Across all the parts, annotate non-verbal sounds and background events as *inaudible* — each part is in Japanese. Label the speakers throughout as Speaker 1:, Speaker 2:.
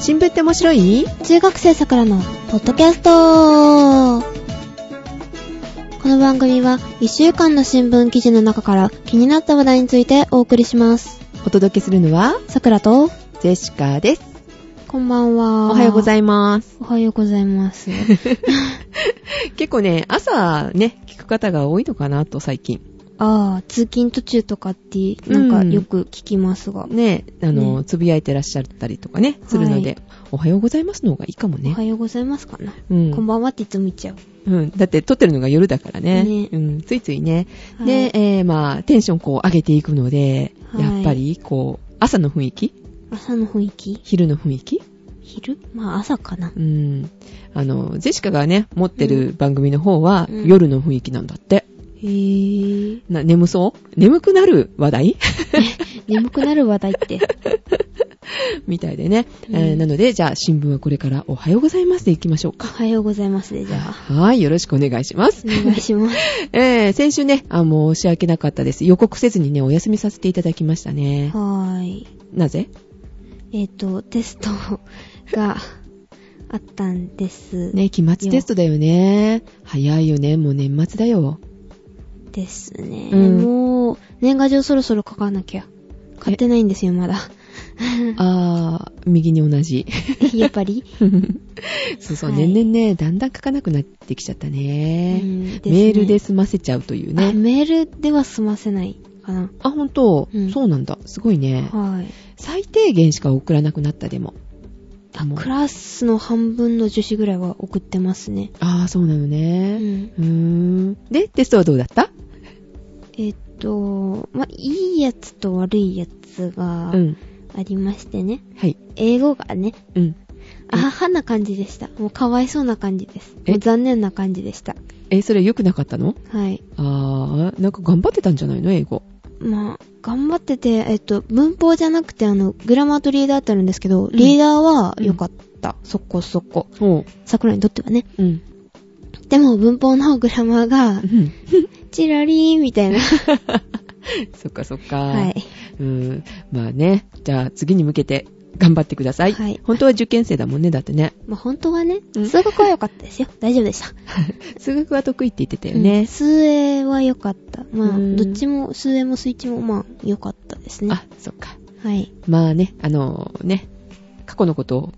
Speaker 1: 新聞って面白い
Speaker 2: 中学生さくらのポッドキャストこの番組は1週間の新聞記事の中から気になった話題についてお送りします。
Speaker 1: お届けするのは、
Speaker 2: さくらと、
Speaker 1: ジェシカです。
Speaker 2: こんばんは。
Speaker 1: おはようござ
Speaker 2: い
Speaker 1: います。
Speaker 2: ます。おはようござい *laughs* ます。
Speaker 1: 結構ね、朝ね、聞く方が多いのかなと最近。
Speaker 2: ああ、通勤途中とかって、なんかよく聞きますが。
Speaker 1: ね、あの、
Speaker 2: うん
Speaker 1: つぶやいてらっしゃったりとかね、するので、
Speaker 2: はい
Speaker 1: おはようございますの方がいいかも
Speaker 2: お
Speaker 1: ね
Speaker 2: は。ようございますかな。
Speaker 1: うん
Speaker 2: こんばんはっていつも言っちゃう。
Speaker 1: うん。だって撮ってるのが夜だからね。
Speaker 2: ね
Speaker 1: うん。ついついね。
Speaker 2: はい
Speaker 1: で、えー、まあ、テンションこう上げていくので、
Speaker 2: はい
Speaker 1: やっぱり、こう、朝の雰囲気
Speaker 2: 朝の雰囲気
Speaker 1: 昼の雰囲気
Speaker 2: 昼まあ朝かな。
Speaker 1: うん。あの、ジェシカがね、持ってる番組の方は、
Speaker 2: うん
Speaker 1: 夜の雰囲気なんだって。
Speaker 2: へぇー。
Speaker 1: な、眠そう眠くなる話題
Speaker 2: *laughs*
Speaker 1: *laughs*
Speaker 2: 眠くなる話題 *laughs* って。
Speaker 1: みたいでね、えー
Speaker 2: うん
Speaker 1: なので、じゃあ、新聞はこれからおはようございますでいきましょう
Speaker 2: お
Speaker 1: か。
Speaker 2: はようございますね、じゃ *laughs* あ。
Speaker 1: はい、よろしくお願いします
Speaker 2: お。願いします。
Speaker 1: えー、先週ね、あ、もう申し訳なかったです。予告せずにね、お休みさせていただきましたね。
Speaker 2: はーい。
Speaker 1: なぜ
Speaker 2: えっ、と、テストがあったんです。
Speaker 1: ね、期末テストだよね。早いよね、もう年末だよ。
Speaker 2: ですね。
Speaker 1: うん
Speaker 2: もう、年賀状そろそろ書かなきゃ。買ってないんですよ、まだ。
Speaker 1: あー、右に同じ。
Speaker 2: *laughs*
Speaker 1: *laughs*
Speaker 2: やっぱり、
Speaker 1: そうそう、
Speaker 2: はい
Speaker 1: 年々ね、だんだん書かなくなってきちゃったね。
Speaker 2: うんですね
Speaker 1: メールで済ませちゃうという
Speaker 2: あ
Speaker 1: ね。
Speaker 2: メールでは済ませないかな。
Speaker 1: あ、ほんと、
Speaker 2: うん
Speaker 1: そうなんだ。すごいね。
Speaker 2: はい。
Speaker 1: 最低限しか送らなくなったでも。
Speaker 2: あ
Speaker 1: もう
Speaker 2: クラスの半分の女子ぐらいは送ってますね。
Speaker 1: ああ、そうなの
Speaker 2: う
Speaker 1: ね。
Speaker 2: ん。
Speaker 1: うーん。で、テストはどうだった
Speaker 2: えっ、と、まあ、いいやつと悪いやつが
Speaker 1: うん。
Speaker 2: ありましてね。
Speaker 1: はい。
Speaker 2: 英語がね、
Speaker 1: うん。
Speaker 2: あははな感じでした。もうかわいそうな感じです。
Speaker 1: え
Speaker 2: もう残念な感じでした。
Speaker 1: え、それ良くなかったの
Speaker 2: はい。
Speaker 1: ああ、なんか頑張ってたんじゃないの英語。
Speaker 2: まあ、頑張ってて、えっと、文法じゃなくて、あの、グラマーとリーダーってあるんですけど、
Speaker 1: ん
Speaker 2: リーダーは良かった。そこそこ。
Speaker 1: おう。
Speaker 2: 桜にとってはね。
Speaker 1: うん。
Speaker 2: でも、文法のグラマーが
Speaker 1: う、ん。
Speaker 2: チラリーみたいな。
Speaker 1: *laughs* そっかそっか。
Speaker 2: はい。
Speaker 1: うーん。まあね。じゃあ次に向けて頑張ってください。
Speaker 2: はい
Speaker 1: 本当は受験生だもんね。だってね。
Speaker 2: まあ、本当はね、
Speaker 1: うん
Speaker 2: 数学は良かったですよ。大丈夫でした。
Speaker 1: 数学は得意って言ってたよ
Speaker 2: うん
Speaker 1: ね。
Speaker 2: 数英は良かった。ま
Speaker 1: う
Speaker 2: あ、
Speaker 1: ん
Speaker 2: どっちも、数英も数一も、まあ、良かったですね。
Speaker 1: あ、そっか。
Speaker 2: はい。
Speaker 1: まあね、あのね、過去のことを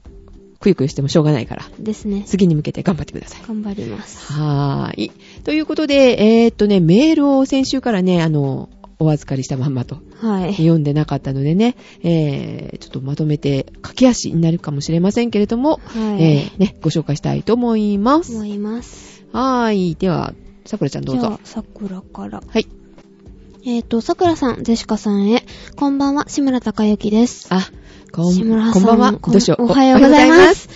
Speaker 1: くゆくゆしてもしょうがないから、
Speaker 2: ですね。
Speaker 1: 次に向けて頑張ってください。
Speaker 2: 頑張ります。
Speaker 1: はーい。ということで、えーっとね、メールを先週からね、あの、お預かりしたまんまと
Speaker 2: はい。
Speaker 1: 読んでなかったのでね、えー、ちょっとまとめて駆け足になるかもしれませんけれども、
Speaker 2: はい。
Speaker 1: えー、ね、ご紹介したいと思います。
Speaker 2: 思います。
Speaker 1: はーい。では、さくらちゃんどう
Speaker 2: じゃあ
Speaker 1: ぞ。、
Speaker 2: さくらから。
Speaker 1: はい。
Speaker 2: えっ、と、さくらさん、ジェシカさんへ、こんばんは、志村貴之です。
Speaker 1: あ、こ
Speaker 2: 志
Speaker 1: ん
Speaker 2: 村
Speaker 1: こ
Speaker 2: さ
Speaker 1: ん
Speaker 2: ん
Speaker 1: ばんは。どうしよう。
Speaker 2: おはようございま
Speaker 1: お
Speaker 2: す。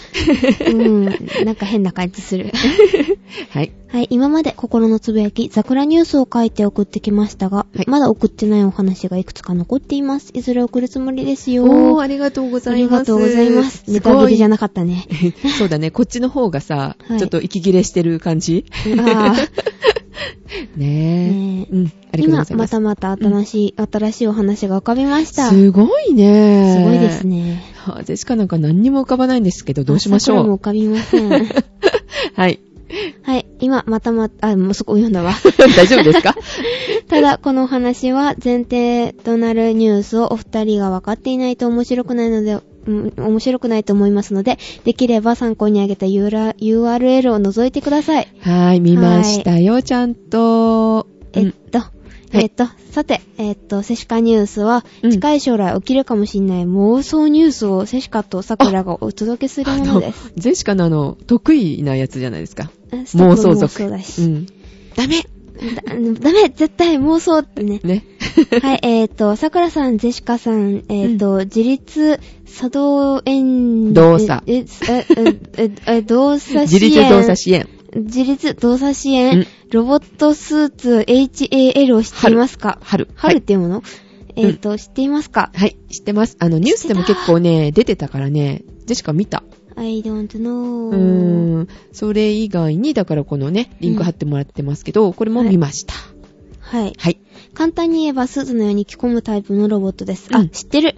Speaker 2: *laughs* うん、なんか変な感じ
Speaker 1: *laughs*
Speaker 2: する。
Speaker 1: はようございます。はい。
Speaker 2: はい、今まで心のつぶやき、桜ニュースを書いて送ってきましたが、
Speaker 1: はい
Speaker 2: まだ送ってないお話がいくつか残っています。いずれ送るつもりですよ。
Speaker 1: おー、ありがとうござ
Speaker 2: あ
Speaker 1: い
Speaker 2: り
Speaker 1: ます。
Speaker 2: がとうございます。ネタ切りじゃなかったね。
Speaker 1: い。 *laughs* そうだね、こっちの方がさ、
Speaker 2: はい
Speaker 1: ちょっと息切れしてる感じ。
Speaker 2: あー
Speaker 1: ねえ。
Speaker 2: ねえ
Speaker 1: うん、ありがとうご
Speaker 2: 今、
Speaker 1: ざいま。
Speaker 2: ますたまた新しい、新しいお話が浮かびました。す
Speaker 1: すごいね。
Speaker 2: ごいです。ね。
Speaker 1: はジェシカなんか何にも浮かばないんですけど、どうしまし
Speaker 2: あ桜
Speaker 1: ょ
Speaker 2: も
Speaker 1: う。
Speaker 2: 浮かびません。
Speaker 1: はい。 *laughs*
Speaker 2: はい。今、またまた、あ、もうそこ読んだわ。
Speaker 1: 大丈夫です
Speaker 2: *laughs*
Speaker 1: か
Speaker 2: ただ、このお話は前提となるニュースをお二人が分かっていないと面白くないので、うん面白くないと思いますので、できれば参考にあげた URL URL を覗いてください。
Speaker 1: はい、見ましたよ、ちゃんと。
Speaker 2: えっと、
Speaker 1: い
Speaker 2: えっと、さて、えっと、セシカニュースは、
Speaker 1: うん
Speaker 2: 近い将来起きるかもしれない妄想ニュースをセシカとサクラがお届けする
Speaker 1: あ
Speaker 2: もの
Speaker 1: の
Speaker 2: です。、
Speaker 1: ジェシカのあの、得意なやつじゃないですか。
Speaker 2: 妄
Speaker 1: 妄想族。
Speaker 2: 妄想だ
Speaker 1: う
Speaker 2: し。
Speaker 1: ん。ダメ
Speaker 2: だダメ絶対妄想ってね。 *laughs*
Speaker 1: ね。 *laughs*
Speaker 2: はい、えっ、と、さくらさん、ジェシカさん、えっ、と、自立作動演、
Speaker 1: 動作
Speaker 2: え、え、え、え、え動作支
Speaker 1: 自
Speaker 2: 援。
Speaker 1: 立動作支援。
Speaker 2: 自立動作支
Speaker 1: うん
Speaker 2: 援、ロボットスーツ HAL を知っていますか
Speaker 1: 春。
Speaker 2: 春っていうもの、えっ、と、知っていますか
Speaker 1: はい、知ってます。あの、ニュースでも結構ね、出てたからね、ジェシカ見た。
Speaker 2: ?I don't
Speaker 1: う
Speaker 2: know.
Speaker 1: ーん。それ以外に、だからこのね、リンク貼ってもらってますけど、これも見ました。
Speaker 2: はい。
Speaker 1: はい。
Speaker 2: 簡単に言えば、スーツのように着込むタイプのロボットです。
Speaker 1: う
Speaker 2: あ
Speaker 1: ん、
Speaker 2: 知ってる。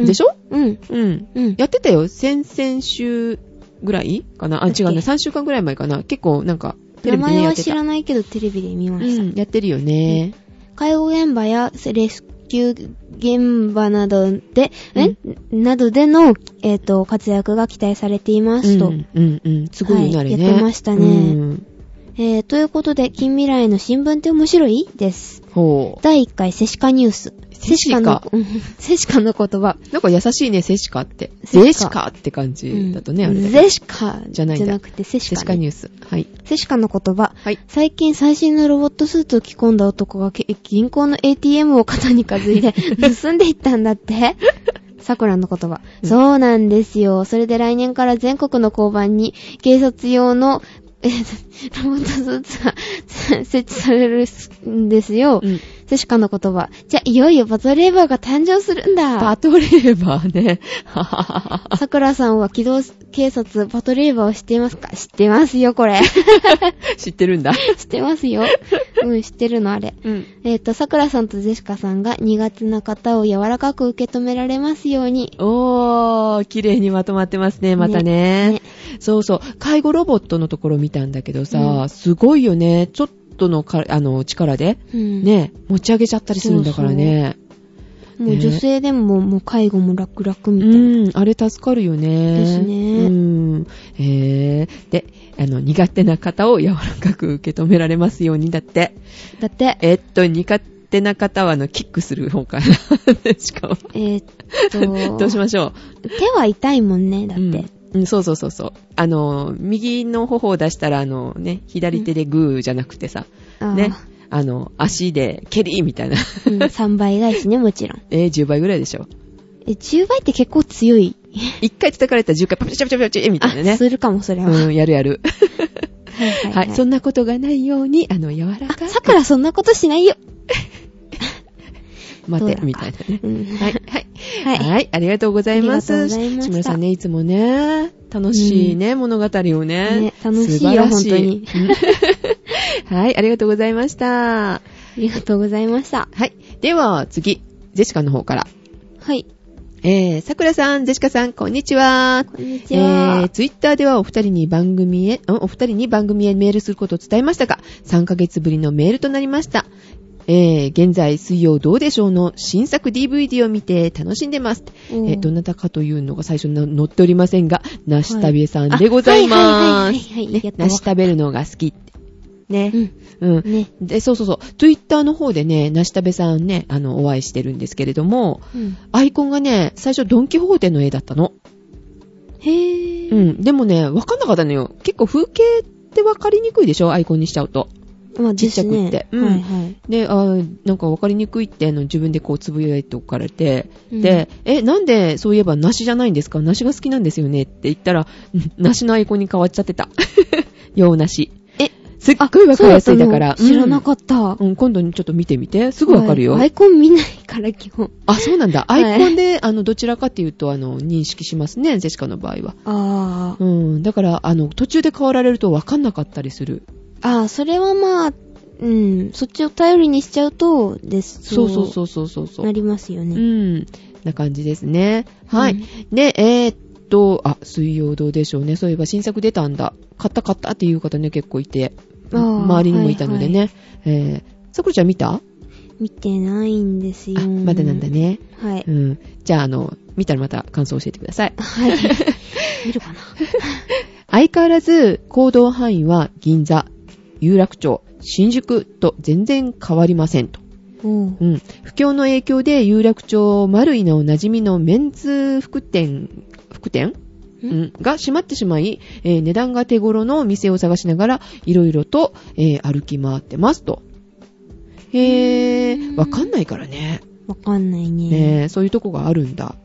Speaker 2: うん
Speaker 1: でしょ
Speaker 2: うん。
Speaker 1: うん。
Speaker 2: うん。
Speaker 1: やってたよ。先々週ぐらいかなあ、
Speaker 2: だっけ
Speaker 1: 違うね。3週間ぐらい前かな。結構なんか、テレビで
Speaker 2: 名
Speaker 1: ね、
Speaker 2: 前
Speaker 1: や
Speaker 2: は
Speaker 1: って
Speaker 2: 知
Speaker 1: た。
Speaker 2: らないけど、テレビで見ま
Speaker 1: う
Speaker 2: した。
Speaker 1: ん、やってるよね。
Speaker 2: 介護現場やレスキュー現場などで、えなどでの、えっ、と、活躍が期待されていますと。
Speaker 1: うん、うん、うん。すごいよね、
Speaker 2: は
Speaker 1: あ
Speaker 2: い
Speaker 1: れね。
Speaker 2: やってましたね
Speaker 1: うん。
Speaker 2: えー、ということで、近未来の新聞って面白いです。
Speaker 1: ほ
Speaker 2: 第1回、セシカニュース。
Speaker 1: セシカ
Speaker 2: の、うんセシカの言葉。
Speaker 1: う。なんか優しいね、セシカって。
Speaker 2: セシカ
Speaker 1: ゼシカって感じだとね、あれだけど
Speaker 2: ゼシカ
Speaker 1: じゃないん
Speaker 2: じ
Speaker 1: だ
Speaker 2: ゃなくて、セシ
Speaker 1: セ
Speaker 2: カ
Speaker 1: シ
Speaker 2: ね、
Speaker 1: カニュース。はい。
Speaker 2: セシカの言葉。
Speaker 1: はい。
Speaker 2: 最近最新のロボットスーツを着込んだ男がけ銀行の ATM を肩に担
Speaker 1: *laughs*
Speaker 2: いで盗んでいったんだって。桜の言葉。
Speaker 1: うん
Speaker 2: そうなんですよ。それで来年から全国の交番に警察用のえーロボットスーツが *laughs* 設置されるんですよ。
Speaker 1: うん
Speaker 2: セシカの言葉。じゃあ、いよいよバトレーバーが誕生するんだ。
Speaker 1: バトレーバーね。ははははは
Speaker 2: 桜さんは機動警察バトレーバーを知っていますか知ってますよ、これ。
Speaker 1: 知ってるんだ。
Speaker 2: 知ってます
Speaker 1: *laughs*
Speaker 2: よ。うん、知ってるの、あれ。
Speaker 1: うん。
Speaker 2: えっ、と、桜さんとジェシカさんが苦手な方を柔らかく受け止められますように。
Speaker 1: おー、綺麗にまとまってますね、またね。
Speaker 2: ね
Speaker 1: そうそう。介護ロボットのところ見たんだけどさ、
Speaker 2: うん
Speaker 1: すごいよね。ちょっとのかあの力で、
Speaker 2: うん。。
Speaker 1: ね、持ち上げちゃったりするんだからね。
Speaker 2: もう
Speaker 1: ね
Speaker 2: 女性でももう介護も楽々み
Speaker 1: う
Speaker 2: たいな。
Speaker 1: ん、あれ助かるよね。
Speaker 2: ですね
Speaker 1: うん。へー。で、あの、苦手な方を柔らかく受け止められますようにだって。
Speaker 2: だって、
Speaker 1: えっと、苦手な方は、あの、キックする方かな。 *laughs* しかも。
Speaker 2: えっ、
Speaker 1: *laughs*
Speaker 2: と、
Speaker 1: どうしましょう。
Speaker 2: 手は痛いもんね、だっ
Speaker 1: う
Speaker 2: て。
Speaker 1: ん、うんそうそうそうそう。あの、右の頬を出したら、あのね、左手でグーじゃなくてさ、
Speaker 2: あー
Speaker 1: ね、あの、足で蹴りみたいな。
Speaker 2: うん、3倍返しね、もちろん。
Speaker 1: えー、10倍ぐらいでしょ。
Speaker 2: え、10倍って結構強い。
Speaker 1: 一回叩かれたら10回パチパチパチパチみた
Speaker 2: あ、
Speaker 1: いなね。
Speaker 2: するかも、それは。
Speaker 1: うん、やるやる。
Speaker 2: はいはい、
Speaker 1: はい、そんなことがないように、あの、柔らか
Speaker 2: あ、
Speaker 1: く。
Speaker 2: さくらそんなことしないよ。
Speaker 1: 待て、
Speaker 2: どう
Speaker 1: み
Speaker 2: だ
Speaker 1: た
Speaker 2: か
Speaker 1: いなね。
Speaker 2: うん
Speaker 1: はい、はい。
Speaker 2: はい。
Speaker 1: はい、ありがとうございます。
Speaker 2: ありがとうございました
Speaker 1: 志村さんね、いつもね、楽しいね、物語をね。
Speaker 2: ね楽しいよ
Speaker 1: 素晴らし
Speaker 2: 本
Speaker 1: うんはい、ありがとうございました。
Speaker 2: ありがとうございました。
Speaker 1: はい。では、次、ジェシカの方から。
Speaker 2: はい。
Speaker 1: えー、さくらさん、ジェシカさん、こんにちは。
Speaker 2: こんにち
Speaker 1: えー、
Speaker 2: は。
Speaker 1: ツイッターではお二人に番組へ、んお二人に番組へメールすることを伝えましたが、3ヶ月ぶりのメールとなりました。えー、現在、水曜どうでしょうの新作 DVD を見て楽しんでます。え
Speaker 2: おー
Speaker 1: ーどなたかというのが最初に載っておりませんが、なしたべさんでござい
Speaker 2: は
Speaker 1: ま
Speaker 2: い
Speaker 1: す。
Speaker 2: はいはいはいはい
Speaker 1: ね
Speaker 2: やっ、と
Speaker 1: なし食べるのが好きって。ね。うん
Speaker 2: うん。ね。
Speaker 1: で、そうそうそう。ツイッターの方でね、なしたべさんね、あの、お会いしてるんですけれども、
Speaker 2: うん。
Speaker 1: アイコンがね、最初ドンキホーテの絵だったの。
Speaker 2: へぇー。
Speaker 1: うん。でもね、わかんなかったのよ。結構風景ってわかりにくいでしょアイコンにしちゃうと。
Speaker 2: まあ、
Speaker 1: ちっちゃくって
Speaker 2: ですね
Speaker 1: うん
Speaker 2: はいはい。
Speaker 1: で、あーなんかわかりにくいってあの自分でこうつぶやいておかれて、
Speaker 2: うん
Speaker 1: で、え、なんでそういえば梨じゃないんですか梨が好きなんですよねって言ったら、 *laughs* うん梨のアイコンに変わっちゃってた。 *laughs* 洋梨。
Speaker 2: え、
Speaker 1: すっごいわかりやすいだから。
Speaker 2: そうだったの知らなか
Speaker 1: っ
Speaker 2: った
Speaker 1: た。。うん、今度ちょっと見てみて。すぐわかるよ。
Speaker 2: はいアイコン見ないから、基本。
Speaker 1: あ、そうなんだ。
Speaker 2: は
Speaker 1: ア
Speaker 2: い
Speaker 1: イコンで、あの、どちらかっていうと、あの、認識しますね、ジェシカの場合は。
Speaker 2: あー。
Speaker 1: うん。だから、あの、途中で変わられると分かんなかったりする。
Speaker 2: あー、それはまあ、うん、そっちを頼りにしちゃうと、です。
Speaker 1: そうそうそうそうそうそう。
Speaker 2: なりますよ
Speaker 1: う
Speaker 2: ね。
Speaker 1: ん。な感じですね。はい。
Speaker 2: うん
Speaker 1: で、えーっと、あ、水曜どうでしょうね。そういえば新作出たんだ。買った買ったっていう方ね、結構いて。
Speaker 2: あー
Speaker 1: 周りにもいたのでね。えー、さくらちゃん見たあ、
Speaker 2: 見てないんですよ。
Speaker 1: まだなんだ。ね。
Speaker 2: はい。
Speaker 1: うん。じゃあ、あの、見たらまた感想を教えてください。
Speaker 2: はい。見るかな。
Speaker 1: 相変わらず行動範囲は銀座、有楽町、新宿と全然変わりませんと。
Speaker 2: おう
Speaker 1: うん。不況の影響で有楽町マルイのおなじみのメンズ服店、服店うんん、が閉まってしまい、えー値段が手頃の店を探しながら、いろいろと、えー歩き回ってますと。へ
Speaker 2: うーん
Speaker 1: ー、わかんないからね。
Speaker 2: わかんないね。
Speaker 1: ねえそういうとこがあるんだ。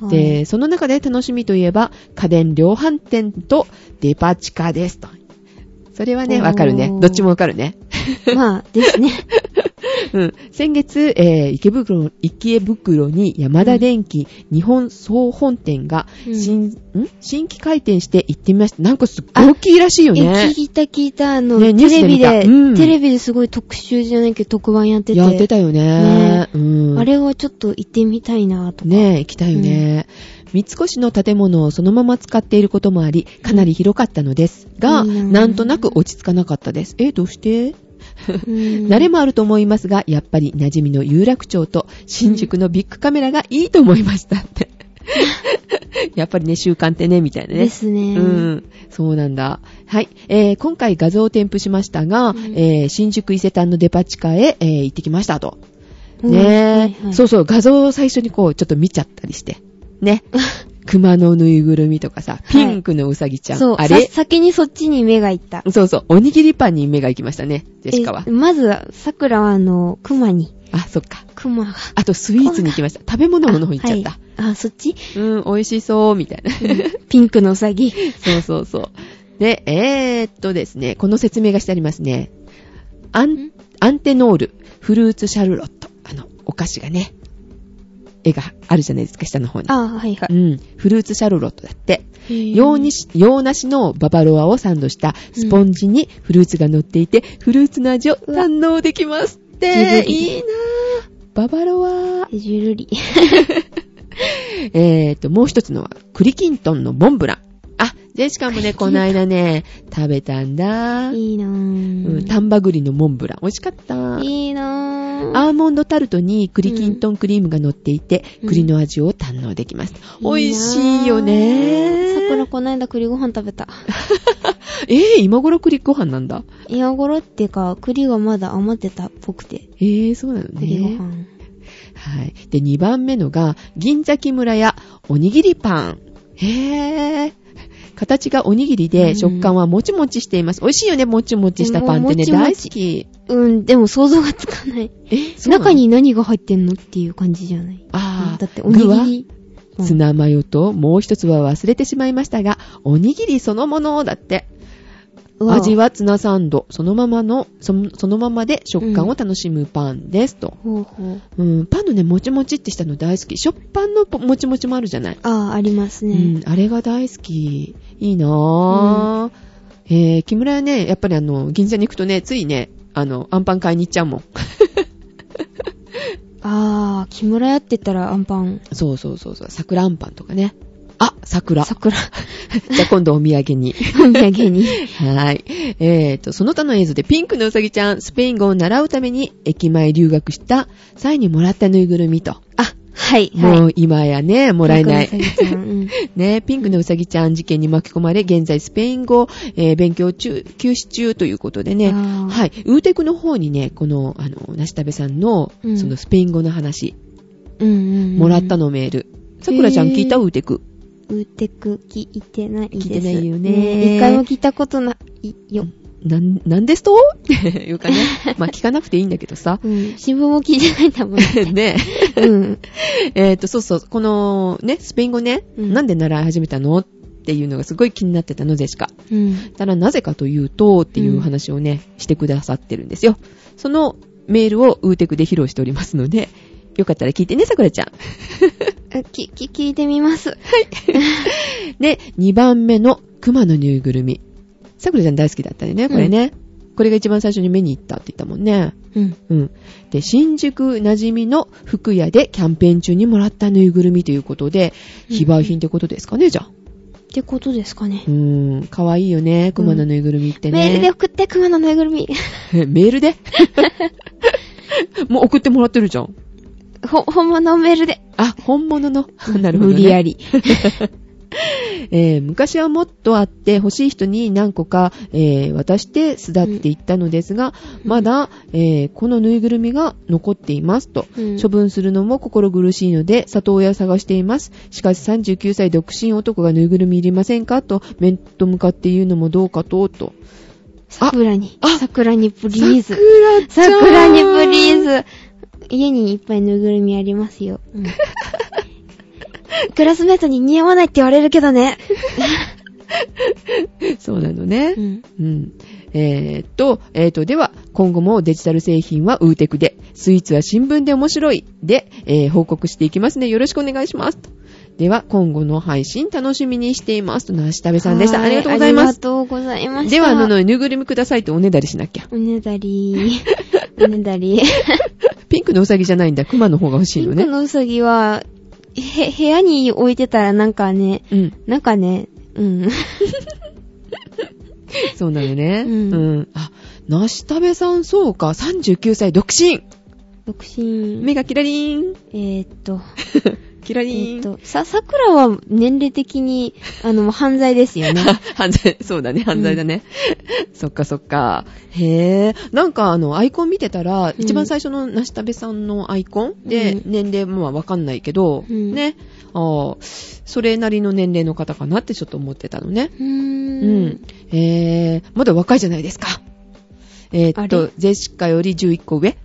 Speaker 2: はい、
Speaker 1: で、その中で楽しみといえば、家電量販店とデパ地下ですと。それはね、
Speaker 2: おー
Speaker 1: わかるね。どっちもわかるね。 *laughs*
Speaker 2: まあ、ですね。
Speaker 1: うん、先月、えー池袋、池袋に山田電機日本総本店が
Speaker 2: うん
Speaker 1: 新、ん新規開店して行ってみました。なんかすっごい大きいらしいよ
Speaker 2: え
Speaker 1: ね。
Speaker 2: 聞いた聞いた、あの、
Speaker 1: ねニュ
Speaker 2: テ
Speaker 1: ース
Speaker 2: レ
Speaker 1: で
Speaker 2: ビ
Speaker 1: 見た
Speaker 2: で、
Speaker 1: うん
Speaker 2: テレビですごい特集じゃないけど特番やってて。
Speaker 1: やってたよね
Speaker 2: ね。
Speaker 1: うん、
Speaker 2: あれはちょっと行ってみたいなとか。
Speaker 1: ねえ、行きたいよね。三越の建物をそのまま使っていることもあり、かなり広かったのですが、
Speaker 2: いいなぁ
Speaker 1: なんとなく落ち着かなかったです。え、どうして
Speaker 2: うん
Speaker 1: 慣れもあると思いますが、やっぱり馴染みの有楽町と新宿のビッグカメラがいいと思いました
Speaker 2: *laughs*
Speaker 1: って。やっぱりね、習慣ってね、みたいなね。
Speaker 2: ですね。
Speaker 1: うん、そうなんだ。はい。えー今回画像を添付しましたが、
Speaker 2: うん
Speaker 1: えー新宿伊勢丹のデパ地下へ、えー行ってきましたと。
Speaker 2: うん
Speaker 1: ねえ、
Speaker 2: はいはい *laughs*
Speaker 1: そうそう、画像を最初にこう、ちょっと見ちゃったりして。ね。熊のぬいぐるみとかさ、ピンクのうさぎちゃん。
Speaker 2: そう、
Speaker 1: あ
Speaker 2: さ
Speaker 1: れ
Speaker 2: 先にそっちに目が行った。
Speaker 1: そうそう、おにぎりパンに目が行きましたね、ジェシカは
Speaker 2: え。まず、桜はあの、熊に。
Speaker 1: あ、そっか。
Speaker 2: 熊が。
Speaker 1: あと、スイーツに行きました。食べ物の方に行っちゃった。
Speaker 2: あ、はいあそっち、
Speaker 1: うん、美味しそう、みたいな。
Speaker 2: ピンクのうさぎ。
Speaker 1: *laughs* そうそうそう。で、えー、っとですね、この説明がしてありますね。アン
Speaker 2: ん、
Speaker 1: アンテノール、フルーツシャルロット。あの、お菓子がね、絵があるじゃないですか、下の方に。
Speaker 2: あ、はいは
Speaker 1: うん、フルーツシャルロットだって。
Speaker 2: い。
Speaker 1: 洋にし洋梨のババロアをサンドしたスポンジにフルーツが乗っていて、フルーツの味を堪能できますっ
Speaker 2: うわ
Speaker 1: て。いいなぁ。ババロア。
Speaker 2: えじゅ
Speaker 1: *laughs*
Speaker 2: るり。
Speaker 1: えーと、もう一つのは、栗きんとんのモンブラン。あ、ジェシカもね、この間ね、食べたんだ。
Speaker 2: いいな
Speaker 1: う
Speaker 2: ぁ
Speaker 1: ん、。丹波栗のモンブラン。美味しかった。
Speaker 2: いいなぁ。
Speaker 1: アーモンドタルトに栗きんとんクリームが乗っていて、
Speaker 2: うん
Speaker 1: 栗の味を堪能できます。
Speaker 2: なぁ
Speaker 1: 美味しいよね。
Speaker 2: 桜こないだ栗ご飯食
Speaker 1: *laughs*
Speaker 2: べた。
Speaker 1: えー、今頃栗ご飯なんだ。
Speaker 2: 今頃っていうか、栗がまだ余ってたっぽくて。
Speaker 1: えー、そうなの
Speaker 2: 栗ご
Speaker 1: ね。
Speaker 2: 飯。
Speaker 1: はい。で、2番目のが、銀座木村屋おにぎりパン。へー。形がおにぎり
Speaker 2: う
Speaker 1: で、
Speaker 2: ん
Speaker 1: 食感はもちもちしています。美味しいよね、もちもちしたパンってね、
Speaker 2: でももち
Speaker 1: 大
Speaker 2: も
Speaker 1: 好
Speaker 2: ち
Speaker 1: き。
Speaker 2: うん、でも想像がつかない。
Speaker 1: えそうなの
Speaker 2: 中に何が入ってんのっていう感じじゃない。
Speaker 1: あー
Speaker 2: だっておにぎ
Speaker 1: 具は
Speaker 2: り。うん
Speaker 1: ツナマヨと、もう一つは忘れてしまいましたが、おにぎりそのものだって。
Speaker 2: うわ
Speaker 1: 味はツナサンド、そのままの、そのそのままで食感を楽しむパンです、と。
Speaker 2: ほうほう。
Speaker 1: うん、パンのね、もちもちってしたの大好き。食パンのぽもちもちもあるじゃない。
Speaker 2: ああ、ありますね。
Speaker 1: うん、あれが大好き。いいなぁ。えー、木村屋ね、やっぱりあの、銀座に行くとね、ついね、あの、アンパン買いに行っちゃうもん。 *laughs*
Speaker 2: ああ、木村屋って言ったらアンパン。
Speaker 1: そうそうそうそう、桜あんパンとかね。あ、桜。
Speaker 2: 桜。
Speaker 1: じゃあ今度お土産
Speaker 2: *laughs*
Speaker 1: に。
Speaker 2: お土産
Speaker 1: *laughs*
Speaker 2: に。
Speaker 1: はい。えーと、その他の映像でピンクのうさぎちゃん、スペイン語を習うために駅前留学した際にもらったぬいぐるみと。
Speaker 2: あ、はい、はい。
Speaker 1: もう今やね、もらえない。
Speaker 2: ピンクのうさぎちゃんうん
Speaker 1: ね、ピンクのうさぎちゃん事件に巻き込まれ、現在スペイン語を、えー勉強中、休止中ということでね、
Speaker 2: あー
Speaker 1: はい、ウーテクの方にね、この、あの、なしたべさんの、
Speaker 2: うん
Speaker 1: そのスペイン語の話、
Speaker 2: うんうんうん。
Speaker 1: もらったのメール。さくらちゃん聞いた
Speaker 2: へー
Speaker 1: ウーテク。
Speaker 2: うてく聞いてないです。
Speaker 1: 聞いてないよね
Speaker 2: 一回も聞いたことないよ。。
Speaker 1: なん、なんですと *laughs* っていうかね、まあ聞かなくていいんだけどさ *laughs*
Speaker 2: うん。新聞も聞いてないんだもん。
Speaker 1: ね
Speaker 2: *laughs* うん。
Speaker 1: えっと、そうそう、このね、スペイン語ね、
Speaker 2: うん
Speaker 1: なんで習い始めたのっていうのがすごい気になってたのでしか。
Speaker 2: うん。
Speaker 1: たらなぜかというと、っていう話をね、してくださってるんですよ。そのメールをウーテクで披露しておりますので、よかったら聞いてね、さくらちゃん。
Speaker 2: あき、き、聞いてみます。
Speaker 1: で、2番目の熊のぬいぐるみ。さくらちゃん大好きだったよね、これね。これが一番最初に目に行ったって言ったもんね。
Speaker 2: うん。
Speaker 1: うん。で、新宿馴染みの服屋でキャンペーン中にもらったぬいぐるみということで、
Speaker 2: うん
Speaker 1: 非売品ってことですかね、じゃあ。
Speaker 2: ってことですかね
Speaker 1: う。ーん、かわいいよね、熊のぬいぐるみってね。
Speaker 2: メールで送って、熊のぬいぐるみ。
Speaker 1: *laughs* メール
Speaker 2: *laughs*
Speaker 1: でもう送ってもらってるじゃん。
Speaker 2: ほ、本物メールで。
Speaker 1: あ、本物
Speaker 2: *laughs*
Speaker 1: の。なるほど、ね。
Speaker 2: 無理や。り。
Speaker 1: えー昔はもっとあって欲しい人に何個か、えー渡して巣立っていったのですが、
Speaker 2: うん
Speaker 1: まだ、えーこのぬいぐるみが残っていますと。
Speaker 2: うん
Speaker 1: 処分するのも心苦しいので、里親を探しています。しかし39歳独身男がぬいぐるみいりませんかと、面と向かって言うのもどうかと、と。
Speaker 2: 桜に
Speaker 1: あ。
Speaker 2: 桜にプリーズ。
Speaker 1: 桜ちゃん
Speaker 2: 桜にプリーズ。家にいっぱいぬいぐるみありますよ。うん *laughs* クラスメートに似合わないって言われるけどね。
Speaker 1: そうなのね。
Speaker 2: うん。
Speaker 1: うん。えーっと、えーっと、では、今後もデジタル製品はウーテクで、スイーツは新聞で面白いで、えー報告していきますね。よろしくお願いします。とでは、今後の配信楽しみにしています。と、なしたべさんでした。
Speaker 2: は
Speaker 1: ありがとうござい
Speaker 2: あ
Speaker 1: ま
Speaker 2: りが
Speaker 1: す。
Speaker 2: とうございました。
Speaker 1: では、あの、ぬいぐるみくださいとおねだりしなきゃ。
Speaker 2: おねだ
Speaker 1: *laughs*
Speaker 2: りー。おねだりー。
Speaker 1: ピンクのうさぎじゃないんだ。クマの方が欲しい
Speaker 2: ピ
Speaker 1: の
Speaker 2: ンク
Speaker 1: ね。
Speaker 2: のうさぎは、へ、部屋に置いてたらなんかね、
Speaker 1: うん。
Speaker 2: なんかね、うん。
Speaker 1: そうなのね。う。
Speaker 2: うんん
Speaker 1: あ、なしたべさん、そうか。39歳、独身。
Speaker 2: 独身。
Speaker 1: 目がキラリーン。
Speaker 2: えーっと、
Speaker 1: キラ
Speaker 2: え
Speaker 1: リー
Speaker 2: ー
Speaker 1: ン。
Speaker 2: っと、さ、桜は年齢的に、あの、もう犯罪で
Speaker 1: *laughs*
Speaker 2: すよね。
Speaker 1: 犯罪、そうだね、犯罪だね。そっかそっか。へぇ。なんかあの、アイコン見てたら、一番最初のなしたべさんのアイコンで、
Speaker 2: うん
Speaker 1: 年齢もわかんないけど、
Speaker 2: うん
Speaker 1: ね。ああ、それなりの年齢の方かなってちょっと思ってたのね。
Speaker 2: うー
Speaker 1: うんん。えー、まだ若いじゃないですか。えーっ
Speaker 2: あ
Speaker 1: と
Speaker 2: れ、
Speaker 1: ゼシカより11個上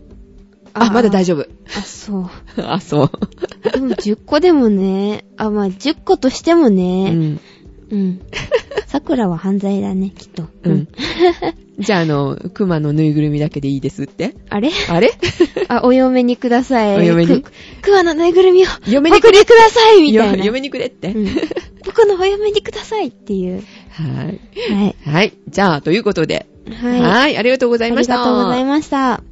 Speaker 1: あ、
Speaker 2: あー
Speaker 1: まだ大丈夫。
Speaker 2: *laughs* あ、そう。
Speaker 1: あ、そう。 *laughs*
Speaker 2: でも10個でもね、あ、まあ10個としても
Speaker 1: う
Speaker 2: ね、
Speaker 1: ん。 *laughs*
Speaker 2: うん。桜は犯罪だね、きっと。
Speaker 1: うん。。じゃあ、あの、熊のぬいぐるみだけでいいですって。
Speaker 2: *laughs* あれ
Speaker 1: あ
Speaker 2: *laughs*
Speaker 1: れ
Speaker 2: あ、お嫁にください。
Speaker 1: お嫁に
Speaker 2: く、熊のぬいぐるみを、
Speaker 1: 嫁に
Speaker 2: 僕
Speaker 1: くれ
Speaker 2: にくださいみたい
Speaker 1: よ
Speaker 2: な。
Speaker 1: 嫁にくれって。
Speaker 2: うん僕のお嫁にくださいっていう。
Speaker 1: はい。
Speaker 2: はい。
Speaker 1: はい。じゃあ、ということで。は。
Speaker 2: はいい。
Speaker 1: ありがとうござ
Speaker 2: あ
Speaker 1: いま
Speaker 2: り
Speaker 1: した。
Speaker 2: がとうございました。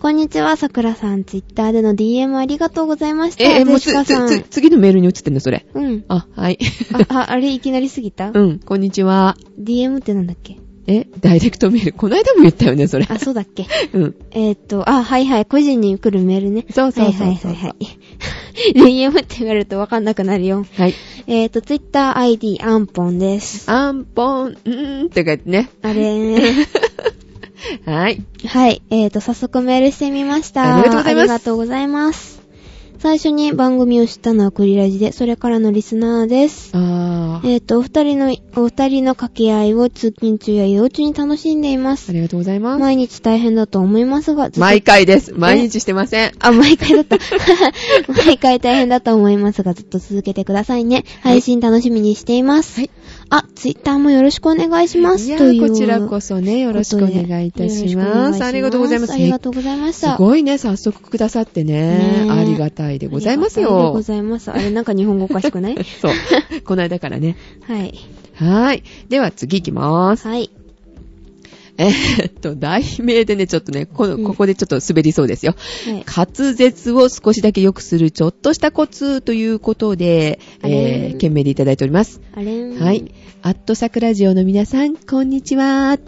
Speaker 2: こんにちは、さくらさん。ツイッターでの DM ありがとうございました。
Speaker 1: え、えもう
Speaker 2: ジ
Speaker 1: つ、
Speaker 2: ェシカさ
Speaker 1: つ、つ
Speaker 2: ん。
Speaker 1: 次のメールに移ってんの、それ。
Speaker 2: うん。
Speaker 1: あ、はい。
Speaker 2: あ、あ、あれ、いきなりすぎた、
Speaker 1: うん、こんにちは。
Speaker 2: ?DM ってなんだっけ
Speaker 1: え、ダイレクトメール。この間も言ったよね、それ。
Speaker 2: あ、そうだっけ
Speaker 1: うん。
Speaker 2: えーっと、あ、はいはい、個人に来るメールね。
Speaker 1: そうそうそうそう
Speaker 2: はいはいはいはい。DM *laughs* って言われるとわかんなくなるよ。
Speaker 1: はい。
Speaker 2: えーっと、ツイッター ID、アンポンです。
Speaker 1: アンポン、んーんって書いてね。 *laughs*
Speaker 2: あれね。
Speaker 1: はい。
Speaker 2: はい。えーと、早速メールしてみました。
Speaker 1: ありがとうございます
Speaker 2: ありがとうございます最初に番組を知ったのはクリラジで、それからのリスナーです。
Speaker 1: あー。
Speaker 2: えーと、お二人の、お二人の掛け合いを通勤中や移動中に楽しんでいま
Speaker 1: あ
Speaker 2: す。
Speaker 1: りがとうございます。
Speaker 2: 毎日大変だと思いますが、ずっと
Speaker 1: 毎回です。毎日してません。
Speaker 2: あ、毎回だった。 *laughs* 毎回大変だと思いますが、ずっと続けてくださいね。
Speaker 1: はい
Speaker 2: 配信楽しみにしています。
Speaker 1: はい
Speaker 2: あ、ツイッターもよろしくお願いします。
Speaker 1: いや
Speaker 2: という
Speaker 1: ー、こちらこそね、よろしくお願いいたし
Speaker 2: よろくお願
Speaker 1: ま
Speaker 2: い
Speaker 1: す。ありがとうございます。
Speaker 2: ありがとうございまし
Speaker 1: す
Speaker 2: た。
Speaker 1: ごいね、早速くださってね。
Speaker 2: ねえ
Speaker 1: ありがたいでございます
Speaker 2: ありがとうご
Speaker 1: よ。
Speaker 2: ざいます。あれ、なんか日本語おかしくない
Speaker 1: *laughs* そう。
Speaker 2: *laughs*
Speaker 1: この間からね。
Speaker 2: はい。
Speaker 1: はい。では次行きます。
Speaker 2: はい。
Speaker 1: えーっと、題名でね、ちょっとね、この
Speaker 2: うん
Speaker 1: ここでちょっと滑りそうですよ。
Speaker 2: はい。
Speaker 1: 滑舌を少しだけ良くするちょっとしたコツということで、
Speaker 2: あれ
Speaker 1: えー、懸命でいただいております。
Speaker 2: あれん
Speaker 1: はい。。アットサクラジオの皆さん、こんにちは。
Speaker 2: はい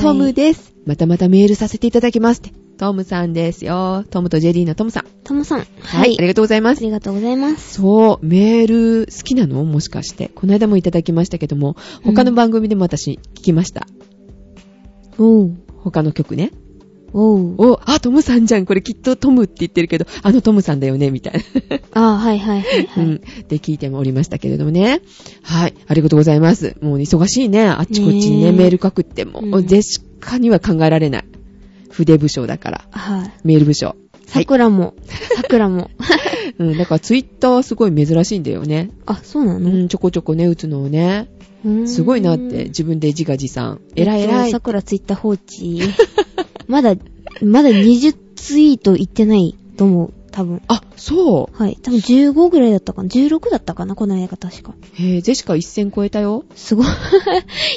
Speaker 1: トム。です。またまたメールさせていただきますって。トムさんですよ。トムとジェリーのトムさん。
Speaker 2: トムさん。
Speaker 1: はい。ありがとうございま
Speaker 2: あ
Speaker 1: す。
Speaker 2: りがとうございます。
Speaker 1: そう、メール好きなのもしかして。この間もいただきましたけども、
Speaker 2: うん
Speaker 1: 他の番組でも私聞きました。
Speaker 2: おう。
Speaker 1: 他の曲ね。
Speaker 2: おう。
Speaker 1: お、あ、トムさんじゃん。これきっとトムって言ってるけど、あのトムさんだよね、みたいな。
Speaker 2: あ、はいはいはい、は
Speaker 1: う
Speaker 2: い
Speaker 1: ん。で、聞いておりましたけれどもね。はい。ありがとうございます。もうね忙しいね。あっちこっちにね、
Speaker 2: ねえ
Speaker 1: メール書くっても、
Speaker 2: うん
Speaker 1: ジェシカには考えられない。筆部署だから。
Speaker 2: はい。
Speaker 1: メール部署。はい。
Speaker 2: 桜も。
Speaker 1: *laughs*
Speaker 2: 桜も。
Speaker 1: うん。だからツイッターはすごい珍しいんだよね。
Speaker 2: あ、そうな
Speaker 1: う
Speaker 2: の
Speaker 1: ん、ちょこちょこね、打つのをね。
Speaker 2: うーん
Speaker 1: すごいなって、。自分で自画自賛。えらいえ
Speaker 2: え
Speaker 1: ら
Speaker 2: っと
Speaker 1: い。
Speaker 2: 桜ツイッター放置。まだ、まだ20ツイートいってないと思う。多分。
Speaker 1: あ、そう。
Speaker 2: はい。多分15ぐらいだったかな。16だったかな、この間確か。
Speaker 1: へえ、ジェシカ1000超えたよ。
Speaker 2: すごい。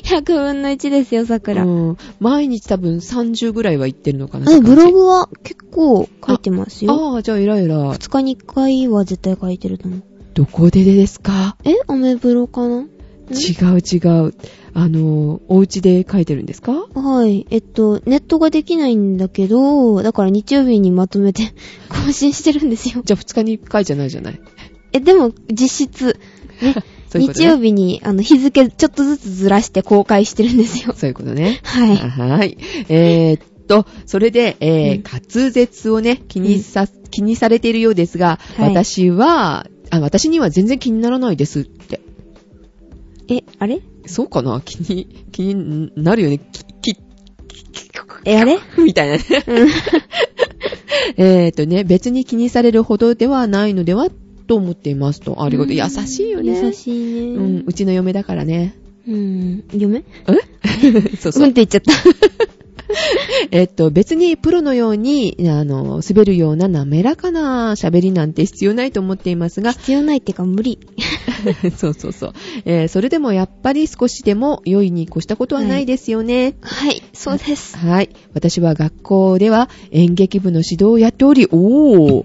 Speaker 2: 100分の1ですよ、桜。う
Speaker 1: うん。毎日多分30ぐらいは行ってるのかな。
Speaker 2: ん、ブロ
Speaker 1: って
Speaker 2: グは結構書いてますよ。
Speaker 1: ああ、じゃあ、えらいえらい。
Speaker 2: 2日に1回は絶対書いてると思う。
Speaker 1: どこでですか
Speaker 2: えアメブロかな
Speaker 1: 違う違う。あの、お家で書いてるんですか
Speaker 2: はい。えっと、ネットができないんだけど、だから日曜日にまとめて *laughs* 更新してるんですよ。
Speaker 1: じゃあ、2日に1回じゃないじゃない。、
Speaker 2: え、でも、実質、ね
Speaker 1: そういうことね
Speaker 2: 日曜日に、あの、日付ちょっとずつずらして公開してるんですよ。
Speaker 1: そういうことね。
Speaker 2: はい。
Speaker 1: はい。えーっと、それで、えー
Speaker 2: うん
Speaker 1: 滑舌をね、気にさ、気にされているようですが、
Speaker 2: はい
Speaker 1: 私は、あ、私には全然気にならないですって。
Speaker 2: え、あれ
Speaker 1: そうかな気に、気になるよね。き、き、
Speaker 2: え、あれ
Speaker 1: みたいなね。えーっとね、別に気にされるほどではないのではと思っていますと。ありがとう。優しいよね。
Speaker 2: 優しいね。
Speaker 1: うん、うちの嫁だからね。
Speaker 2: うん。嫁
Speaker 1: えそう
Speaker 2: う
Speaker 1: そ
Speaker 2: んっ
Speaker 1: う。 *laughs*
Speaker 2: て言っちゃった。
Speaker 1: えっと、別にプロのように、あの、滑るような滑らかな喋りなんて必要ないと思っていますが、
Speaker 2: 必要ないっていうか無理。
Speaker 1: そうそうそう。えーそれでもやっぱり少しでも良いに越したことはないですよね。
Speaker 2: はい、そうです。
Speaker 1: はい。私は学校では演劇部の指導をやっており、おー。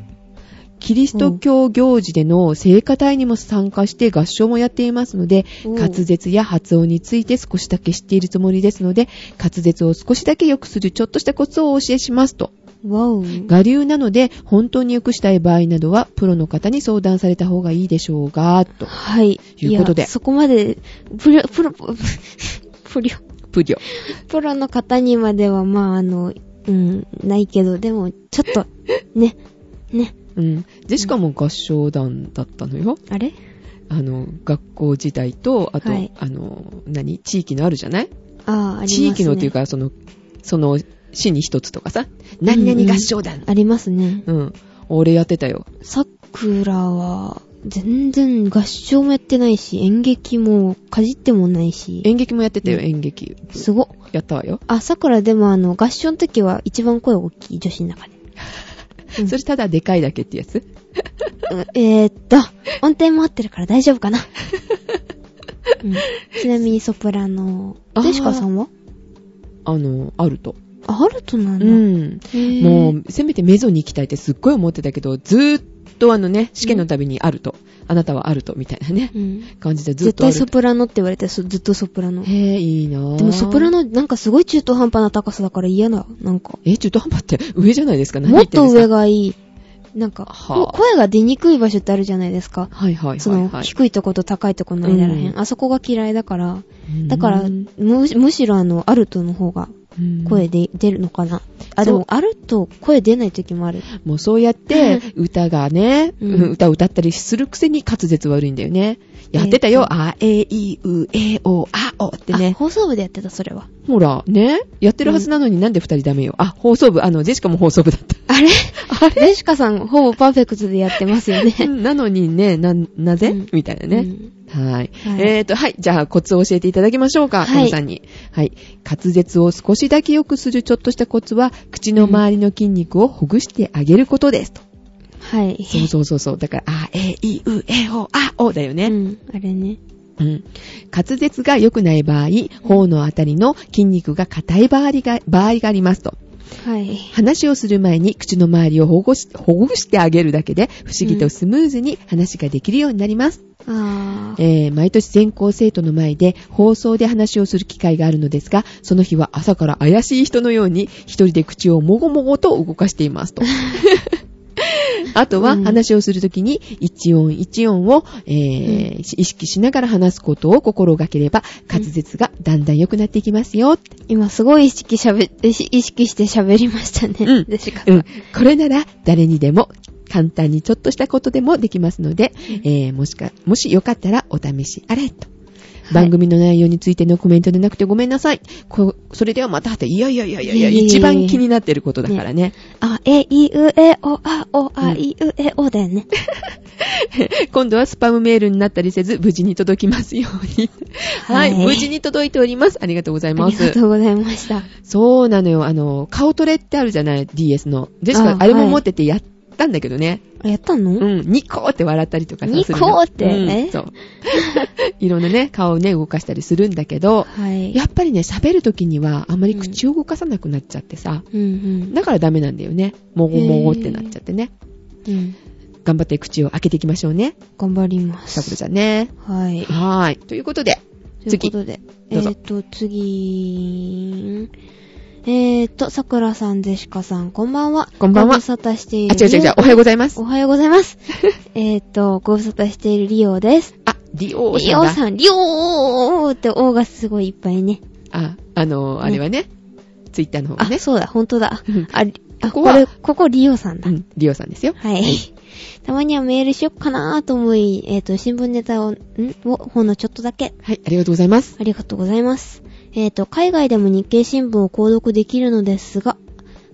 Speaker 1: キリスト教行事での聖歌隊にも参加して合唱もやっていますので、
Speaker 2: お
Speaker 1: 滑舌や発音について少しだけ知っているつもりですので、滑舌を少しだけ良くするちょっとしたコツをお教えしますと。
Speaker 2: わお。
Speaker 1: 我流なので、本当に良くしたい場合などは、プロの方に相談された方がいいでしょうが、
Speaker 2: *laughs*
Speaker 1: と。
Speaker 2: はい。
Speaker 1: いうことで
Speaker 2: やそこまで、プロ、プロ、 *laughs* プロ、
Speaker 1: プリョ。
Speaker 2: プロの方にまでは、まあ、あの、うん、ないけど、でも、ちょ
Speaker 1: *laughs*
Speaker 2: っと、ね、ね、
Speaker 1: うん。で、しかも合唱団だったのよ。
Speaker 2: あれ
Speaker 1: あの、学校時代と、あと、
Speaker 2: はい
Speaker 1: あの、何地域のあるじゃない、
Speaker 2: ああ、あります
Speaker 1: 地
Speaker 2: ね。
Speaker 1: 域のっていうか、その、その、市に一つとかさ、何々合唱団。
Speaker 2: ありますね。
Speaker 1: うん、俺やってたよ。
Speaker 2: さくらは、全然合唱もやってないし、演劇もかじってもないし、
Speaker 1: 演劇もやってたよ、
Speaker 2: うん
Speaker 1: 演劇。
Speaker 2: すごっ。
Speaker 1: やったわよ。
Speaker 2: あ、さくらでもあの、合唱の時は一番声大きい、女子の中で。 *laughs* うん
Speaker 1: それただでかいだけってやつ
Speaker 2: うんえー、っと、音程も合ってるから大丈夫かな。うんちなみにソプラノ、
Speaker 1: あー
Speaker 2: デシカさんは
Speaker 1: あの、あると。
Speaker 2: あ、あるとなん
Speaker 1: う
Speaker 2: だ。
Speaker 1: ん。
Speaker 2: へー
Speaker 1: も、う、せめてメゾに行きたいってすっごい思ってたけど、ずーっとあのね、試験のたびにあると、あなたはあると、みたいなね
Speaker 2: う、ん、
Speaker 1: 感じでずっ
Speaker 2: 絶
Speaker 1: とあ
Speaker 2: 対
Speaker 1: ると
Speaker 2: ソ。プラノって言われてそずっとソプラノ。
Speaker 1: へえ、いいなぁ
Speaker 2: でもソプラノなんかすごい中途半端な高さだから嫌だ。なんか。
Speaker 1: え、中途半端って上じゃないですか何
Speaker 2: も
Speaker 1: 言
Speaker 2: って
Speaker 1: ん
Speaker 2: と
Speaker 1: ですか
Speaker 2: 上。がいい。なんか、
Speaker 1: はあ
Speaker 2: こ声が出にくい場所ってあるじゃないですか。
Speaker 1: はいはい
Speaker 2: そ
Speaker 1: はい、
Speaker 2: の、
Speaker 1: はい。
Speaker 2: 低いとこと高いとこの間らへん。
Speaker 1: うん
Speaker 2: あそこが嫌いだから。だから、
Speaker 1: うん
Speaker 2: むむしろあの、アルトの方が声で、出るのかな。あ、で
Speaker 1: そう
Speaker 2: も、アルト声出ない時もある。
Speaker 1: もうそうやって、歌がね、
Speaker 2: うん
Speaker 1: うん歌を歌ったりするくせに滑舌悪いんだよね。やってた
Speaker 2: え
Speaker 1: よ
Speaker 2: っ。と
Speaker 1: あ、え、い、う、え、お、あ、おって
Speaker 2: あ
Speaker 1: ね。
Speaker 2: 放送部でやってた、それは。
Speaker 1: ほら、ね。やってるはずなのになんで二人ダメよ。あ、放送部、あの、ジェシカも放送部だっ
Speaker 2: *laughs* あれあれレシカさん、ほぼパーフェクトでやってますよね。
Speaker 1: た。なのに *laughs* ね、な、なぜ、
Speaker 2: うん
Speaker 1: みたいなね。はい。
Speaker 2: はい
Speaker 1: えーと、はい。じゃあ、コツを教えていただきましょうか、
Speaker 2: はい
Speaker 1: 皆さんに。はい。滑舌を少しだけ良くするちょっとしたコツは、口の周りの筋肉をほぐしてあげることです。と
Speaker 2: はい。
Speaker 1: そうそうそうそう。だから、あ、え、い、う、え、お、あ、おだよね。
Speaker 2: うん、あれね。
Speaker 1: うん。滑舌が良くない場合、頬のあたりの筋肉が硬い場合が、場合がありますと。
Speaker 2: はい。
Speaker 1: 話をする前に口の周りを保護し、保護してあげるだけで、不思議とスムーズに話ができるようになります。
Speaker 2: あー。
Speaker 1: えー毎年全校生徒の前で放送で話をする機会があるのですが、その日は朝から怪しい人のように一人で口をもごもごと動かしています
Speaker 2: *laughs*
Speaker 1: と。あとは
Speaker 2: うん
Speaker 1: 話をするときに一音一音を、えー意識しながら話すことを心がければ滑舌がだんだん良くなっていきますよ。
Speaker 2: 今、すごい意識しゃべ、意識して喋りました
Speaker 1: うん
Speaker 2: ね。レシカ
Speaker 1: う
Speaker 2: さん。
Speaker 1: ん、これなら誰にでも簡単にちょっとしたことでもできますので、えーもしか、もしよかったらお試しあれと。
Speaker 2: い
Speaker 1: 番組の内容についてのコメントでなくてごめんなさい。こそれではまた後で、いやいやいやいやいや、
Speaker 2: いえいえいえ
Speaker 1: 一番気になってることだからね。
Speaker 2: あ、え、い、う、え、お、あ、お、
Speaker 1: う
Speaker 2: あ、
Speaker 1: ん
Speaker 2: い、う、え、おだよね。
Speaker 1: 今度はスパムメールになったりせず、無事に届きますように。はい、
Speaker 2: はい
Speaker 1: 無事に届いております。ありがとうござい
Speaker 2: あ
Speaker 1: ま
Speaker 2: りが
Speaker 1: す。
Speaker 2: とうございました。
Speaker 1: そうなのよ。あの、顔トレってあるじゃない、DS の。でしか、
Speaker 2: あ
Speaker 1: あれも
Speaker 2: はい
Speaker 1: 持っててやったんだけどね。
Speaker 2: あやったの
Speaker 1: うん、ニコーって笑ったりとかさ
Speaker 2: ニコーって
Speaker 1: するの
Speaker 2: え
Speaker 1: うん、そう。 *laughs* いろんなね、顔をね、動かしたりするんだけど、
Speaker 2: はい。
Speaker 1: やっぱりね、喋るときには、あまり口を動かさなくなっちゃってさ、
Speaker 2: うんうん。
Speaker 1: だからダメなんだよね。もごもごってなっちゃってね。
Speaker 2: うん。
Speaker 1: 頑張って口を開けていきましょうね。
Speaker 2: 頑張りま
Speaker 1: サブ
Speaker 2: す。
Speaker 1: ちゃんね。
Speaker 2: はい。
Speaker 1: はーい。ということで、
Speaker 2: というこ
Speaker 1: *laughs* 次。
Speaker 2: とで、え
Speaker 1: どうぞ
Speaker 2: ーと、次、えーと、さくらさん、ゼシカさん、こんばんは。
Speaker 1: こんばんは
Speaker 2: ご無沙汰してい
Speaker 1: あ、
Speaker 2: る
Speaker 1: 違う
Speaker 2: リ
Speaker 1: 違
Speaker 2: オ。
Speaker 1: う違う。おはようございます
Speaker 2: お。はようござい
Speaker 1: *laughs*
Speaker 2: ます。えーと、ご無沙汰しているリオです。
Speaker 1: あ、リオ
Speaker 2: リ
Speaker 1: さん
Speaker 2: オ
Speaker 1: だ。
Speaker 2: さん、リオーって、王がすごいいっぱいね。
Speaker 1: あ、あのー、あれはね、ツイッターの方
Speaker 2: あ、
Speaker 1: ね。
Speaker 2: そうだ、ほんとだ
Speaker 1: うん。
Speaker 2: あ、りあ
Speaker 1: ここ
Speaker 2: こ
Speaker 1: は
Speaker 2: れ、ここリオさんだ
Speaker 1: う。ん、リオさんですよ。
Speaker 2: はい。たまにはメールしよっかなーと思い、えーと、新聞ネタを、んを、ほんのちょっとだけ
Speaker 1: はい、ありがとうございます。
Speaker 2: ありがとうございます。えっ、と、海外でも日経新聞を購読できるのですが、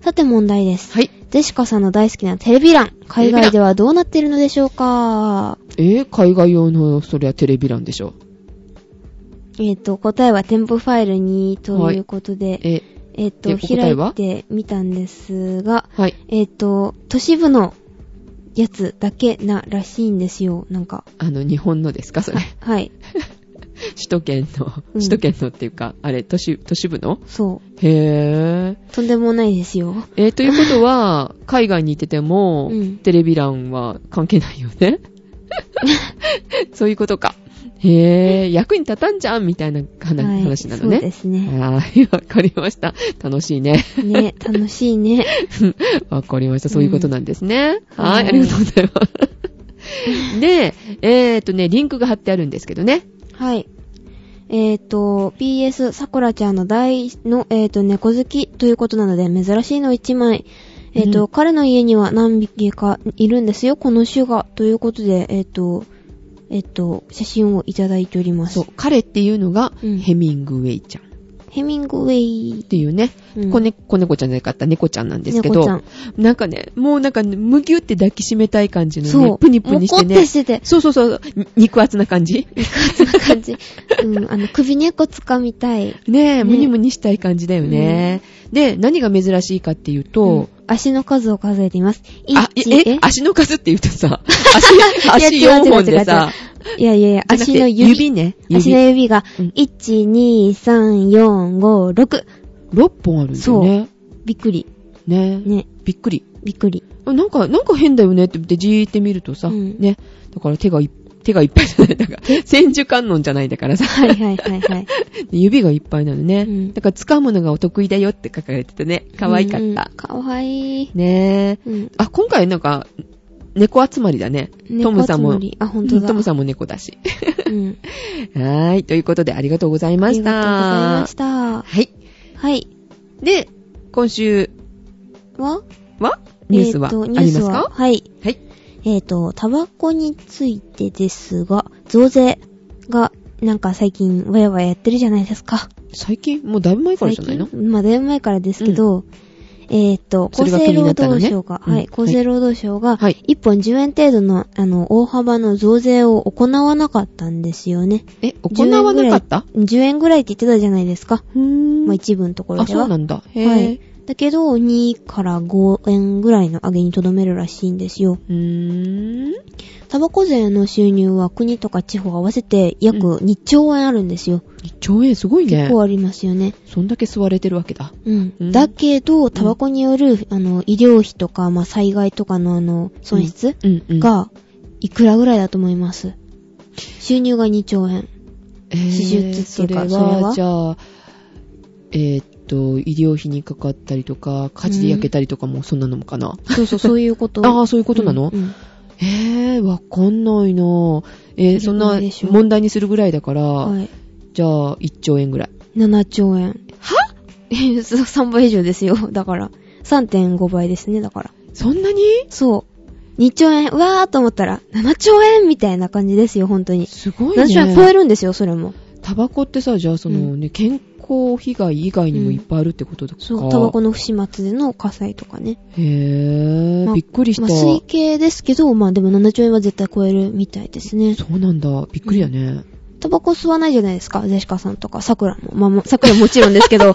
Speaker 2: さて問題です。
Speaker 1: はい。
Speaker 2: ジェシカさんの大好きなテレビ欄、海外ではどうなっているのでしょうか
Speaker 1: えー海外用の、そりゃテレビ欄でしょ。
Speaker 2: えっ、と、答えは添付ファイルにということで、
Speaker 1: え、
Speaker 2: え
Speaker 1: で
Speaker 2: っ、と、
Speaker 1: お答
Speaker 2: 開
Speaker 1: え
Speaker 2: い
Speaker 1: は
Speaker 2: てみたんですが、
Speaker 1: はい。
Speaker 2: えっ、と、都市部のやつだけならしいんですよ、なんか。
Speaker 1: あの、日本のですかそ *laughs* れ。
Speaker 2: はい。
Speaker 1: 首都圏の、
Speaker 2: うん
Speaker 1: 首都圏のっていうか、あれ、都市、都市部の
Speaker 2: そ
Speaker 1: へぇー。
Speaker 2: う。とんでもないですよ。
Speaker 1: えー、ということ
Speaker 2: *laughs*
Speaker 1: は、海外にいてても、
Speaker 2: うん
Speaker 1: テレビ欄は関係ないよね。 *laughs* そういうことか。へぇー、役に立たんじゃんみたいな話,、
Speaker 2: はい、
Speaker 1: 話なの
Speaker 2: そうで
Speaker 1: ね。
Speaker 2: すね。
Speaker 1: はい、わかりました。楽しいね。
Speaker 2: ね、楽しいね。 *laughs*
Speaker 1: わかりました。そういうことなんですね。
Speaker 2: うん
Speaker 1: は
Speaker 2: はい
Speaker 1: い、ありがとうございます。で、えっ、とね、リンクが貼ってあるんですけどね。
Speaker 2: はい。えっ、と、PS、さくらちゃんの大の、えっ、と、猫好きということなので、珍しいの1枚。えっ、と、
Speaker 1: うん
Speaker 2: 彼の家には何匹かいるんですよ、この種が。ということで、えっ、と、えっ、と、写真をいただいております。
Speaker 1: そう、彼っていうのが、
Speaker 2: うん
Speaker 1: ヘミングウェイちゃんっ
Speaker 2: ヘミングウェイ。
Speaker 1: ていうね、
Speaker 2: うん
Speaker 1: 子、猫、子猫ちゃんじゃなかった猫ちゃんなんですけ
Speaker 2: 猫
Speaker 1: ど
Speaker 2: ちゃ、ん
Speaker 1: なんかね、もうなんか、ね、むぎゅって抱きしめたい感じの
Speaker 2: そ
Speaker 1: ね
Speaker 2: う。、
Speaker 1: プニプニして
Speaker 2: もこっ
Speaker 1: ね
Speaker 2: て。してて、
Speaker 1: そうそうそう、に肉厚な感じ。
Speaker 2: そんな感じ。うん、あの、首根っこ掴みたい。
Speaker 1: ねえ、
Speaker 2: ね
Speaker 1: ムニムニしたい感じだよね。で、何が珍しいかっていうと、
Speaker 2: うん足の数を数えています。
Speaker 1: あ、
Speaker 2: 一
Speaker 1: え、え足の数って言うと
Speaker 2: *laughs*
Speaker 1: さ、足、
Speaker 2: い
Speaker 1: 足
Speaker 2: や違う
Speaker 1: 4本
Speaker 2: 違う違う
Speaker 1: でさ、
Speaker 2: いやいやいや、
Speaker 1: じゃなくて
Speaker 2: 足の指。
Speaker 1: ね。
Speaker 2: 足
Speaker 1: 指
Speaker 2: の指が、
Speaker 1: うん
Speaker 2: 1、2、3、4、5、6。
Speaker 1: 6本あるんだよね。
Speaker 2: びっくり。
Speaker 1: ね
Speaker 2: ね。
Speaker 1: びっくり。
Speaker 2: びっくり。
Speaker 1: あなんか、なんか変だよねって言ってじーって見るとさ、
Speaker 2: うん
Speaker 1: ね。だから手がい、手がいっぱいじゃない。だから、
Speaker 2: *laughs*
Speaker 1: 千手観音じゃないんだからさ。
Speaker 2: はいはいはいはい。
Speaker 1: *laughs* 指がいっぱいなのね。
Speaker 2: うん
Speaker 1: だから掴むのがお得意だよって書かれててね。可愛かった。
Speaker 2: うんうんかわいい。
Speaker 1: ねえ。
Speaker 2: うん。
Speaker 1: あ、今回なんか、猫集まりだね。トムさんも
Speaker 2: 猫集まりあ、本当だ。
Speaker 1: トム
Speaker 2: ん。
Speaker 1: さんも猫だ
Speaker 2: *laughs*
Speaker 1: し。
Speaker 2: うん。
Speaker 1: はーい。ということでありがとうござい
Speaker 2: あ
Speaker 1: ま
Speaker 2: り
Speaker 1: し
Speaker 2: がとうございま
Speaker 1: た。
Speaker 2: した。
Speaker 1: はい。
Speaker 2: はい。
Speaker 1: で、今週
Speaker 2: は
Speaker 1: はニュースは
Speaker 2: えっと
Speaker 1: あります
Speaker 2: ニュースは
Speaker 1: か、
Speaker 2: はい。
Speaker 1: はい。
Speaker 2: えっ、と、タバコについてですが、増税が、なんか最近、わやわややってるじゃないですか。
Speaker 1: 最近もうだいぶ前から
Speaker 2: 最
Speaker 1: じゃないの
Speaker 2: 近まあ、だいぶ前からですけど、えっ、と、
Speaker 1: そ
Speaker 2: 厚
Speaker 1: れが
Speaker 2: 生
Speaker 1: 気にな
Speaker 2: 労
Speaker 1: ったの
Speaker 2: 働
Speaker 1: ね
Speaker 2: 省が、
Speaker 1: うん
Speaker 2: はい、厚生労働省が、
Speaker 1: はい
Speaker 2: 1本10円程度の、あの、大幅の増税を行わなかったんですよね。
Speaker 1: え、行わなかった
Speaker 2: 10円ぐらいって言ってたじゃないですか。
Speaker 1: うーん
Speaker 2: まあ、一部のところ
Speaker 1: あ、
Speaker 2: で
Speaker 1: そ
Speaker 2: は。
Speaker 1: うなんだ。へぇ、
Speaker 2: はい。だけど、2から5円ぐらいの上げにとどめるらしいんですよ。
Speaker 1: うーん。
Speaker 2: タバコ税の収入は国とか地方合わせて約
Speaker 1: う
Speaker 2: 2兆円あるんですよ。
Speaker 1: 1兆円すごいね
Speaker 2: 結。構ありますよね。
Speaker 1: そんだけ吸われてるわけだ。
Speaker 2: うん。
Speaker 1: うん
Speaker 2: だけど、タバコによる、あの、医療費とか、まあ、災害とかの、あの、損失
Speaker 1: うんうん。
Speaker 2: が、いくらぐらいだと思います収入が2兆円。
Speaker 1: えー
Speaker 2: 手術っていうか
Speaker 1: そ
Speaker 2: それ
Speaker 1: れ
Speaker 2: は
Speaker 1: はじゃあえーっと医療費にかかったりとか火事で焼けたりとかもそんなのかな、
Speaker 2: そうそう、そういう *laughs* こと。
Speaker 1: ああそういうことなの、
Speaker 2: うんうん
Speaker 1: えー、わかんないなぁえー、そん
Speaker 2: い
Speaker 1: な
Speaker 2: やないでしょ
Speaker 1: 問題にするぐらいだから、
Speaker 2: はい。
Speaker 1: じゃあ1兆円ぐらい
Speaker 2: 7兆円。は *laughs* ?3 倍以上ですよ。だから。3.5倍ですね、だから。
Speaker 1: そんなに
Speaker 2: そう。2兆円、うわーと思ったら、7兆円みたいな感じですよ、本当に。
Speaker 1: すごい
Speaker 2: 7兆円超え
Speaker 1: ね
Speaker 2: るんですよ、それも。
Speaker 1: タバコってさじゃあその、
Speaker 2: う
Speaker 1: ね健康被害以外にもいっぱいあるってことか、
Speaker 2: そう、タバコの不始末での火災とかね。
Speaker 1: へえ、
Speaker 2: まあ
Speaker 1: びっくりした、
Speaker 2: まあ、推計ですけど、まあでも7兆円は絶対超えるみたいですね。
Speaker 1: そうなんだびっくりだね、
Speaker 2: タバコ吸わないじゃないですか、ゼシカさんとか、桜も。まあまあ、桜もちろんで
Speaker 1: *laughs*
Speaker 2: すけど、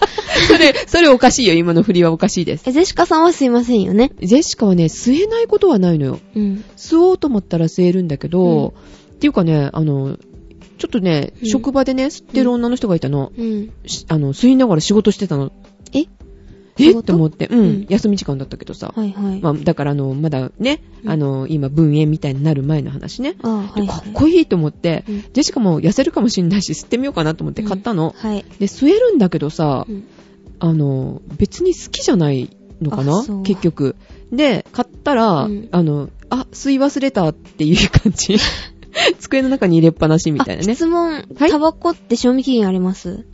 Speaker 1: それそれおかしいよ今の振りはおかしいです
Speaker 2: えゼシカさんは吸いませんよね。
Speaker 1: ジェシカはね、吸えないことはないのよ。
Speaker 2: うん。
Speaker 1: 吸おうと思ったら吸えるんだけど、っていうかね、あの、ちょっとね、
Speaker 2: うん
Speaker 1: 職場でね、吸ってる女の人がいたの。
Speaker 2: うん。
Speaker 1: しあの、吸いながら仕事してたの。
Speaker 2: え仕
Speaker 1: え
Speaker 2: 事
Speaker 1: と思って、うん、
Speaker 2: うん
Speaker 1: 休み時間だったけどさ。
Speaker 2: はいはい。
Speaker 1: まあ、だからあの、まだね、
Speaker 2: うん
Speaker 1: あの、今、文煙みたいになる前の話ね。
Speaker 2: ああ、はい、は
Speaker 1: か
Speaker 2: い。
Speaker 1: っこいいと思って、
Speaker 2: うん
Speaker 1: ジェシカも痩せるかもしんないし、吸ってみようかなと思って買ったの。
Speaker 2: はい。
Speaker 1: で、吸えるんだけどさ、
Speaker 2: うん
Speaker 1: あの、別に好きじゃないのか
Speaker 2: あ
Speaker 1: な
Speaker 2: そう
Speaker 1: 結局。で、買ったら、
Speaker 2: うん
Speaker 1: あの、あ、吸い忘れたっていう感
Speaker 2: *laughs*
Speaker 1: じ。机の中に入れっぱなしみたいな
Speaker 2: あ
Speaker 1: ね。
Speaker 2: 質問、
Speaker 1: はい
Speaker 2: タバコって賞味期限あります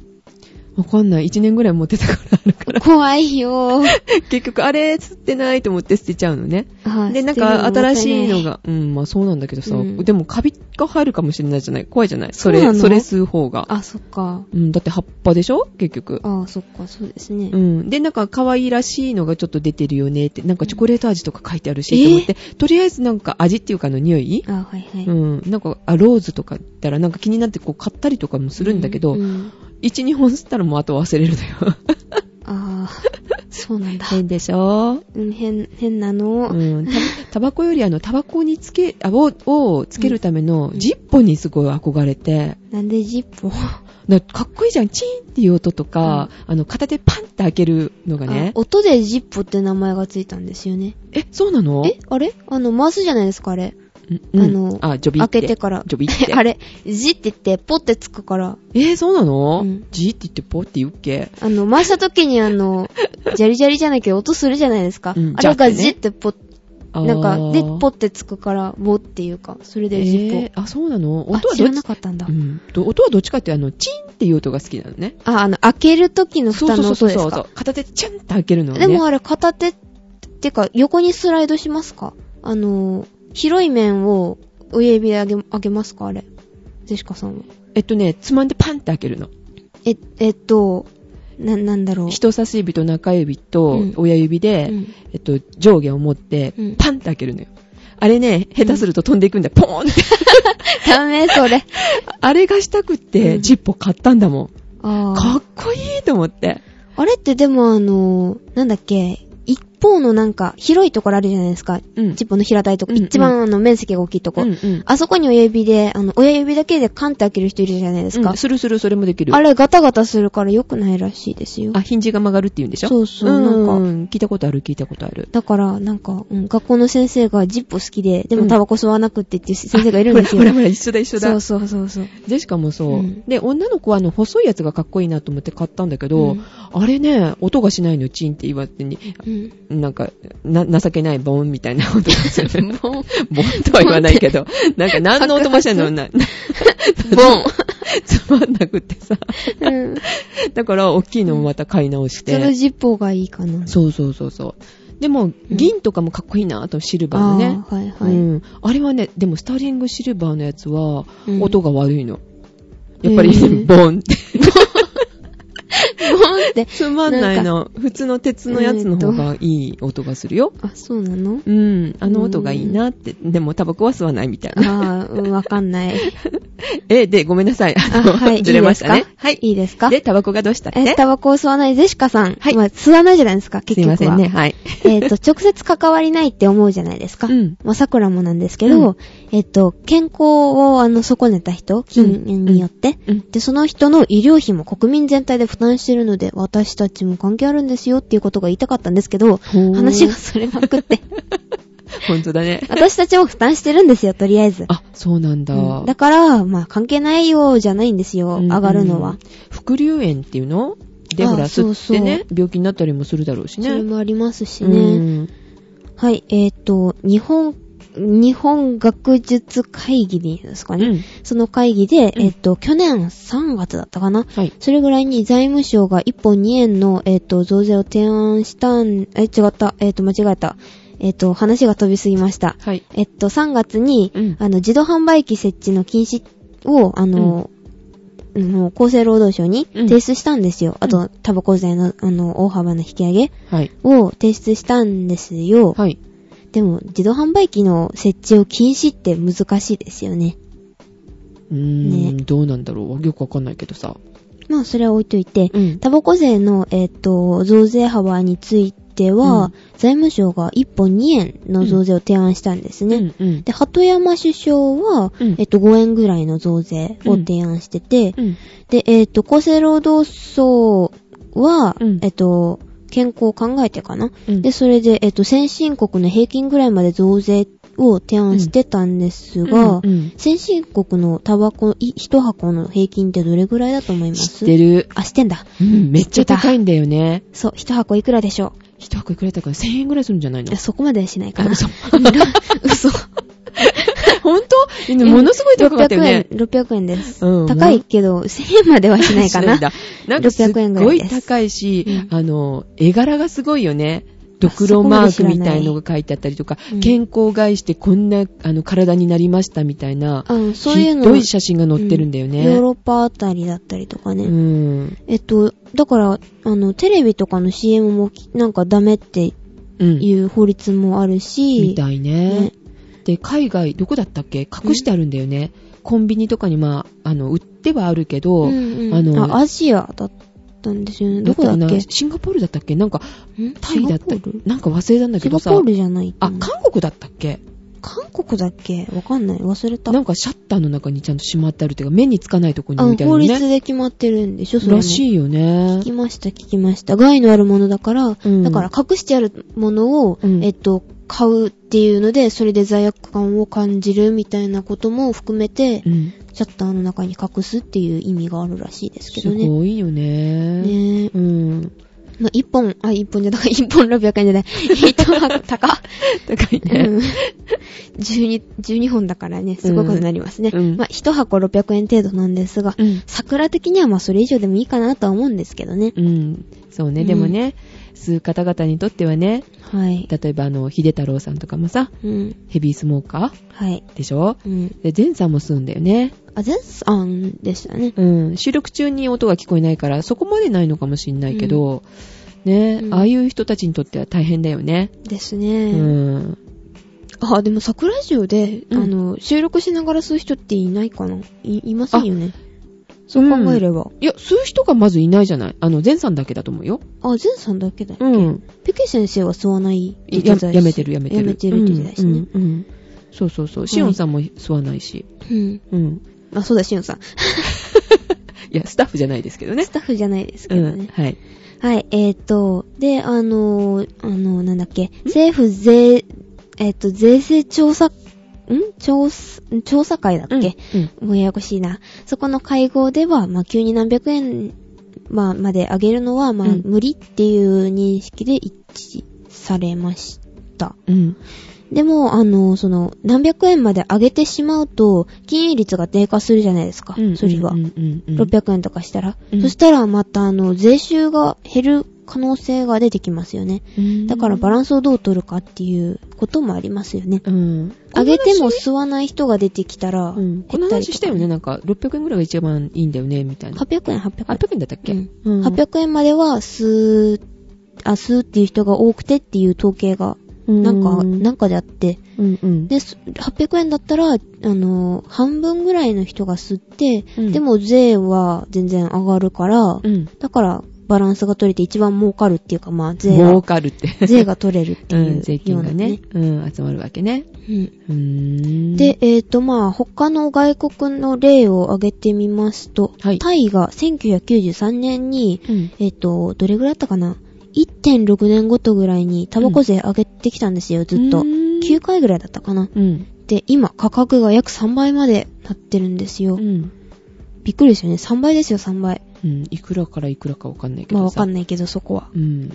Speaker 1: わかんない。1年ぐらい持ってたからある
Speaker 2: *laughs*
Speaker 1: から。
Speaker 2: 怖い
Speaker 1: *laughs*
Speaker 2: よー。
Speaker 1: 結局、あれ、吸ってないと思って捨てちゃうのね。
Speaker 2: はい
Speaker 1: で、なんか、新しいの。が、うん、まあそうなんだけどさ、
Speaker 2: うん
Speaker 1: でも、カビが入るかもしれないじゃない怖いじゃないそ
Speaker 2: そうな
Speaker 1: れ、
Speaker 2: の
Speaker 1: それ吸う方が。
Speaker 2: あ、そっか。
Speaker 1: うん、だって葉っぱでしょ結局。
Speaker 2: ああ、そっか、そうですね。
Speaker 1: うん。で、なんか可愛らしいのがちょっと出てるよねって、なんかチョコレート味とか書いてある
Speaker 2: えー
Speaker 1: し、と思って、とりあえずなんか味っていうかあの匂い
Speaker 2: あはいはい。
Speaker 1: うん。なんか、あ、ローズとか言ったらなんか気になってこう買ったりとかもするんだけど、
Speaker 2: うん
Speaker 1: 1、2本吸ったらもうあと忘れるのよ。
Speaker 2: あー、そうなんだ。
Speaker 1: 変でしょ
Speaker 2: うん変、変なの。 *laughs*
Speaker 1: うん、タタバコよりあのタバコにつけあををつけるためのジッポにすごい憧れて、
Speaker 2: なんでジッポ
Speaker 1: だからかっこいいじゃんチーンっていう音とか、あの片手パンって開けるのがね
Speaker 2: あ音でジッポって名前がついたんですよね。
Speaker 1: えそうなの
Speaker 2: えあれあの、回すじゃないですか、あれ。
Speaker 1: うん、
Speaker 2: あの
Speaker 1: あジョビっ
Speaker 2: 開
Speaker 1: て
Speaker 2: けてから。
Speaker 1: ジョビって
Speaker 2: *laughs* あれ、ジって言って、ポってつくから。
Speaker 1: えーそうなの、
Speaker 2: うん
Speaker 1: ジーって言ってポって言うっけ
Speaker 2: あの、回した時に
Speaker 1: *laughs*
Speaker 2: あの、ジャリジャリじゃなきゃ音するじゃないですか。
Speaker 1: うん
Speaker 2: あれがジ
Speaker 1: ジャ
Speaker 2: っ
Speaker 1: って
Speaker 2: ポ、
Speaker 1: あー
Speaker 2: なんか、で、ポってつくから、ボっていうか、そ
Speaker 1: え
Speaker 2: れでジッポ。
Speaker 1: ーあそうなの
Speaker 2: あ
Speaker 1: 音は
Speaker 2: 知
Speaker 1: どっ
Speaker 2: ら
Speaker 1: ち
Speaker 2: なかったんだ。
Speaker 1: うん、ど音はどっちかっていうとあのチンっていう音が好きなのね
Speaker 2: あ、あの、開ける時の蓋の音ですか。
Speaker 1: う片手でチャンって開けるのね
Speaker 2: でもあれ、片手、ってか、横にスライドしますかあの、広い面を親指で上げ、上げますかあれ。ジェシカさんは。
Speaker 1: えっとねつまんでパンって開けるの
Speaker 2: え、えっと、な、なんだろう。
Speaker 1: 人差し指と中指
Speaker 2: う
Speaker 1: と
Speaker 2: ん
Speaker 1: 親指で、
Speaker 2: うん
Speaker 1: えっと、上下を持って
Speaker 2: うん、
Speaker 1: パンって開けるのよ。あれね、下手すると飛んでいくんだよ、ポーンって。 *laughs*
Speaker 2: ダメ、それ。
Speaker 1: あれがしたくっ
Speaker 2: う
Speaker 1: て、
Speaker 2: ん
Speaker 1: ジッポ買ったんだもん。
Speaker 2: あ
Speaker 1: か
Speaker 2: あ。
Speaker 1: っこいいと思って。
Speaker 2: あれってでもあの、なんだっけ、一方のなんか、広いところあるじゃないですか。
Speaker 1: うん
Speaker 2: ジッポの平たいとこ、
Speaker 1: うんうん
Speaker 2: 一番あの、面積が大きいとこ。
Speaker 1: うんうん
Speaker 2: あそこに親指で、あの、親指だけでカンって開ける人いるじゃないですか。
Speaker 1: うんするする、それもできる。
Speaker 2: あれガタガタするから良くないらしいですよ
Speaker 1: あ、。ヒンジが曲がるって言うんでしょ
Speaker 2: そうそう
Speaker 1: うん
Speaker 2: な
Speaker 1: 聞いたことある、聞いたことある。
Speaker 2: だから、なんか、うん、学校の先生がジップ好きで、で
Speaker 1: う
Speaker 2: も
Speaker 1: ん
Speaker 2: タバコ吸わなくってっていう先生がいるんですよ。
Speaker 1: *laughs* ほらほらほら、一緒だ一緒
Speaker 2: そ
Speaker 1: だ
Speaker 2: う。そうそうそう。
Speaker 1: ジェシカもそうう。
Speaker 2: ん
Speaker 1: で、女の子はあの、細いやつがかっこいいなと思って買ったんだけど、
Speaker 2: うん
Speaker 1: あれね、音がしないの、チンって言われてに、
Speaker 2: うん。
Speaker 1: なんか、な、情けないボーンみたいな音がす
Speaker 2: *laughs*
Speaker 1: る。ボンボンとは言わないけど、なんか何の音もしないの、な、な
Speaker 2: ボン
Speaker 1: *laughs* つまんなくってさ。
Speaker 2: うん。
Speaker 1: だから、大きいのもまた買い直し
Speaker 2: その
Speaker 1: て。
Speaker 2: ジッポがいいかな。
Speaker 1: そうそうそうそう。でも、銀とかもかっこいいな、あとシルバーのね。
Speaker 2: あーはいはい。
Speaker 1: うん。あれはね、でもスターリングシルバーのやつは
Speaker 2: う、ん
Speaker 1: 音が悪いの。やっぱり、
Speaker 2: へ
Speaker 1: *laughs*
Speaker 2: ー
Speaker 1: ボンって。
Speaker 2: *laughs* ボンって。
Speaker 1: つまんないの。普通の鉄のやつの方がいい音がするよ。
Speaker 2: あ、そうなの
Speaker 1: うん。あの音がいいなって。でも、タバコは吸わないみたいな。
Speaker 2: ああ、うんわかんない。
Speaker 1: *laughs* え、で、ごめんなさい。あ
Speaker 2: あ、
Speaker 1: の
Speaker 2: はい。
Speaker 1: ずれました
Speaker 2: いい
Speaker 1: ね
Speaker 2: です。かはい。いいですか
Speaker 1: で、タバコがどうしたっ
Speaker 2: え、
Speaker 1: て
Speaker 2: タバコを吸わないゼシカさん。
Speaker 1: はい
Speaker 2: まあ、吸わないじゃないですか、
Speaker 1: す
Speaker 2: 結
Speaker 1: い
Speaker 2: 局は。
Speaker 1: ませんね。。はい。
Speaker 2: えっ、と、直接関わりないって思うじゃないですか。
Speaker 1: うん
Speaker 2: まあ、桜もなんですけど、
Speaker 1: うん
Speaker 2: えっ、と、健康を、あの、損ねた人、禁煙によって、
Speaker 1: うん
Speaker 2: で、その人の医療費も国民全体で負担してるので、私たちも関係あるんですよっていうことが言いたかったんですけど、
Speaker 1: ー
Speaker 2: 話がそれまくって、
Speaker 1: *laughs* 本当だね。
Speaker 2: 私たちも負担してるんですよ、とりあえず。
Speaker 1: あ、そうなんだ。
Speaker 2: うんだから、まあ、関係ないよ、じゃないんですよ、
Speaker 1: うん
Speaker 2: 上がるのは。。
Speaker 1: 副流炎っていうので、
Speaker 2: あ
Speaker 1: ほら、
Speaker 2: そう
Speaker 1: 吸
Speaker 2: そう
Speaker 1: ってね、病気になったりもするだろうし
Speaker 2: それ
Speaker 1: ね。
Speaker 2: もありますしね。
Speaker 1: うん
Speaker 2: はい、えっ、と、日本、日本学術会議でいいんですかね。
Speaker 1: うん
Speaker 2: その会議で、
Speaker 1: うん
Speaker 2: えっ、と、去年3月だったかな。
Speaker 1: はい。
Speaker 2: それぐらいに財務省が1本2円の、えっ、と、増税を提案したん、え、違った、えっ、と、間違えた。えっ、と、話が飛びすぎました。
Speaker 1: はい。
Speaker 2: えっと、3月に、
Speaker 1: うん
Speaker 2: あの、自動販売機設置の禁止を、あの、あの厚生労働省に
Speaker 1: うん
Speaker 2: 提出したんですよ。あ
Speaker 1: う
Speaker 2: と、タバコ税の、あの、大幅な引き上げ
Speaker 1: はい。
Speaker 2: を提出したんですよ。
Speaker 1: はい。
Speaker 2: でも、自動販売機の設置を禁止って難しいですよね。
Speaker 1: うーん、
Speaker 2: ね
Speaker 1: どうなんだろう。よくわかんないけどさ。
Speaker 2: まあ、それは置いといて、
Speaker 1: うん
Speaker 2: タバコ税の、えっと、増税幅については、
Speaker 1: うん
Speaker 2: 財務省が1本2円の増税を提案したんですね。
Speaker 1: うんうん
Speaker 2: で、鳩山首相は、
Speaker 1: うん
Speaker 2: えっと、5円ぐらいの増税を提案してて、
Speaker 1: うん
Speaker 2: で、えっと、厚生労働省は、
Speaker 1: うん
Speaker 2: えっと、健康を考えてかな。
Speaker 1: うん
Speaker 2: で、それで、えっと、先進国の平均ぐらいまで増税を提案してたんですが、
Speaker 1: うんうん
Speaker 2: 先進国のタバコい一箱の平均ってどれぐらいだと思いま
Speaker 1: 知
Speaker 2: す
Speaker 1: ってる。
Speaker 2: あ、知ってんだ。
Speaker 1: うんめっちゃ高いんだよね。
Speaker 2: そう、一箱いくらでしょ
Speaker 1: 一箱いくらだから1000円ぐらいするんじゃないの
Speaker 2: うそこまではしないか
Speaker 1: あ
Speaker 2: な。
Speaker 1: 嘘
Speaker 2: 嘘。
Speaker 1: *laughs* 本当ものすごい高かったよ
Speaker 2: *laughs*
Speaker 1: ね。
Speaker 2: 600円、600円です。
Speaker 1: うん
Speaker 2: 高いけど、1000円まではし
Speaker 1: *laughs*
Speaker 2: ないかな。
Speaker 1: しんだなんかすっ
Speaker 2: 600円ぐら
Speaker 1: ご
Speaker 2: い
Speaker 1: い
Speaker 2: です
Speaker 1: 高いし、
Speaker 2: う
Speaker 1: あの、絵柄がすごいよね。ドク
Speaker 2: あそ
Speaker 1: ロ
Speaker 2: こま
Speaker 1: マ
Speaker 2: で知
Speaker 1: ー
Speaker 2: ら
Speaker 1: ク
Speaker 2: ない
Speaker 1: みたいのが書いてあったりとか、
Speaker 2: うん
Speaker 1: 健康を害してこんなあの体になりましたみたいな、
Speaker 2: あそういうの。
Speaker 1: ひどい写真が載ってるんだよね。
Speaker 2: ヨーロッパあたりだったりとかね。
Speaker 1: うん。
Speaker 2: えっと、だから、あの、テレビとかの CM もきなんかダメって
Speaker 1: うん。
Speaker 2: いう法律もあるし、
Speaker 1: みたい
Speaker 2: ね
Speaker 1: ね。で、海外、どこだったっけ隠してあるんだよね。コンビニとかに、まあ、あの、売ってはあるけど、
Speaker 2: うんうん
Speaker 1: あの
Speaker 2: アジアだっったんですよね。どこだっけ
Speaker 1: なシンガポールだったっけなんか、
Speaker 2: ん
Speaker 1: タイだった
Speaker 2: シンガポール
Speaker 1: なんか忘れたんだ
Speaker 2: シ
Speaker 1: け
Speaker 2: ン
Speaker 1: ど
Speaker 2: ガ
Speaker 1: さ。
Speaker 2: ポールじゃない
Speaker 1: あ、韓国だったっけ
Speaker 2: 韓国だっけわかんない。忘れた。
Speaker 1: なんかシャッターの中にちゃんとしまってあるっていうか、目につかないとこに
Speaker 2: あ
Speaker 1: 置いてあ
Speaker 2: 法
Speaker 1: るね。
Speaker 2: 律で決まってるんでしょそれも
Speaker 1: らしいよね
Speaker 2: 聞。きました、聞きました。害のあるものだから、
Speaker 1: うん
Speaker 2: だから隠してあるものを、
Speaker 1: うん
Speaker 2: えっと、買うっていうので、それで罪悪感を感じるみたいなことも含めて、
Speaker 1: うん。
Speaker 2: シャッターの中に隠すっていう意味があるらしいですけ
Speaker 1: す
Speaker 2: どね。
Speaker 1: ごいよね。
Speaker 2: ねえ。
Speaker 1: うん。
Speaker 2: まあ、一本、あ、一本じゃなくて、 *laughs* 一本600円じゃない。一本高っ。
Speaker 1: 高いね。
Speaker 2: うん12、12本だからね、すごいことになりますね。
Speaker 1: うん
Speaker 2: まあ、一箱600円程度なんですが、
Speaker 1: うん。
Speaker 2: 桜的にはまあそれ以上でもいいかなとは思うんですけどね。
Speaker 1: うん。そうね。
Speaker 2: うん
Speaker 1: でもね、吸う方々にとってはね、
Speaker 2: はい。
Speaker 1: 例えばあの、秀太郎さんとかもさ、
Speaker 2: うん。
Speaker 1: ヘビースモーカ
Speaker 2: はい。
Speaker 1: ーでしょ
Speaker 2: うん。
Speaker 1: で、ゼンさんも吸うんだよね。
Speaker 2: あ、ゼンさんでしたね。
Speaker 1: うん。収録中に音が聞こえないから、そこまでないのかもしんないけど、ね、
Speaker 2: うん
Speaker 1: ああいう人たちにとっては大変だよね。
Speaker 2: です
Speaker 1: う
Speaker 2: ね。
Speaker 1: ん。
Speaker 2: あ、でも桜ジオで、
Speaker 1: うん
Speaker 2: あの、収録しながら吸う人っていないかない、いませんよね。そう考えれば。
Speaker 1: いや、吸う人がまずいないじゃない。あの、ゼンさんだけだと思うよ。
Speaker 2: あ、ゼンさんだけだよ。
Speaker 1: うん。
Speaker 2: ペケ先生は吸わないって言
Speaker 1: や
Speaker 2: ってたし
Speaker 1: やめてる、やめてる。
Speaker 2: やめてるって言ってたしね。
Speaker 1: うんうんうんそうそうそう。シオンさんも吸わないし。
Speaker 2: うん。
Speaker 1: うん。
Speaker 2: あ、そうだ、しおんさん。 *laughs*
Speaker 1: いや、スタッフじゃないですけどね
Speaker 2: ス。タッフじゃないですけ
Speaker 1: う
Speaker 2: ど
Speaker 1: ん。
Speaker 2: ね。
Speaker 1: はい。
Speaker 2: はい、えっ、と、で、あのー、あのー、なんだっけ、政府税、えっ、と、税制調査、ん調査、調査会だっけ、
Speaker 1: うん
Speaker 2: もうややこしいな。そこの会合では、まあ、急に何百円、まあ、まで上げるのは、まあ、
Speaker 1: うん
Speaker 2: 無理っていう認識で一致されました。
Speaker 1: うん。
Speaker 2: でも、あの、その、何百円まで上げてしまうと、金融率が低下するじゃないですか、
Speaker 1: うん
Speaker 2: それは。
Speaker 1: うんうんうんうん
Speaker 2: 600円とかしたら、
Speaker 1: うん
Speaker 2: そしたらまたあの税収が減る可能性が出てきますよね。
Speaker 1: うん
Speaker 2: だからバランスをどう取るかっていうこともありますよね。
Speaker 1: うん。
Speaker 2: 上げても吸わない人が出てきたら、
Speaker 1: うんこの
Speaker 2: 減ったり
Speaker 1: 話
Speaker 2: とか
Speaker 1: したよね。なんか、600円ぐらいが一番いいんだよね、みたいな。
Speaker 2: 800円、800円。
Speaker 1: 800円だったっけ
Speaker 2: うん
Speaker 1: うん
Speaker 2: 800円までは吸う、あ、吸うっていう人が多くてっていう統計が、なんか、
Speaker 1: うん
Speaker 2: なんかであって。
Speaker 1: うんうん。
Speaker 2: で、す800円だったら、あの、半分ぐらいの人が吸って、
Speaker 1: うん
Speaker 2: でも税は全然上がるから、
Speaker 1: うん。
Speaker 2: だから、バランスが取れて一番儲かるっていうか、まあ、税
Speaker 1: 儲
Speaker 2: が、
Speaker 1: かるって。
Speaker 2: 税が取れるっ
Speaker 1: *laughs*
Speaker 2: て
Speaker 1: う
Speaker 2: い
Speaker 1: ん、税
Speaker 2: うよ
Speaker 1: 金
Speaker 2: うな
Speaker 1: がね。、うん、集まるわけね。
Speaker 2: うん
Speaker 1: うーん。
Speaker 2: で、、えっ、と、まあ、他の外国の例を挙げてみますと、
Speaker 1: はい
Speaker 2: タイが1993年に、
Speaker 1: うん。
Speaker 2: えっ、と、どれぐらいだったかな ?1.6 年ごとぐらいにタバコ税上げてきたんですよ、ずっ
Speaker 1: う
Speaker 2: と。
Speaker 1: ーん
Speaker 2: 9回ぐらいだったかな。
Speaker 1: うん。
Speaker 2: で、今、価格が約3倍までなってるんですよ。
Speaker 1: うん。
Speaker 2: びっくりですよね。3倍ですよ、3倍。
Speaker 1: うん。いくらからいくらかわかんないけ
Speaker 2: まあ、
Speaker 1: ど
Speaker 2: わ
Speaker 1: さ。
Speaker 2: かんないけど、そこは。
Speaker 1: うん。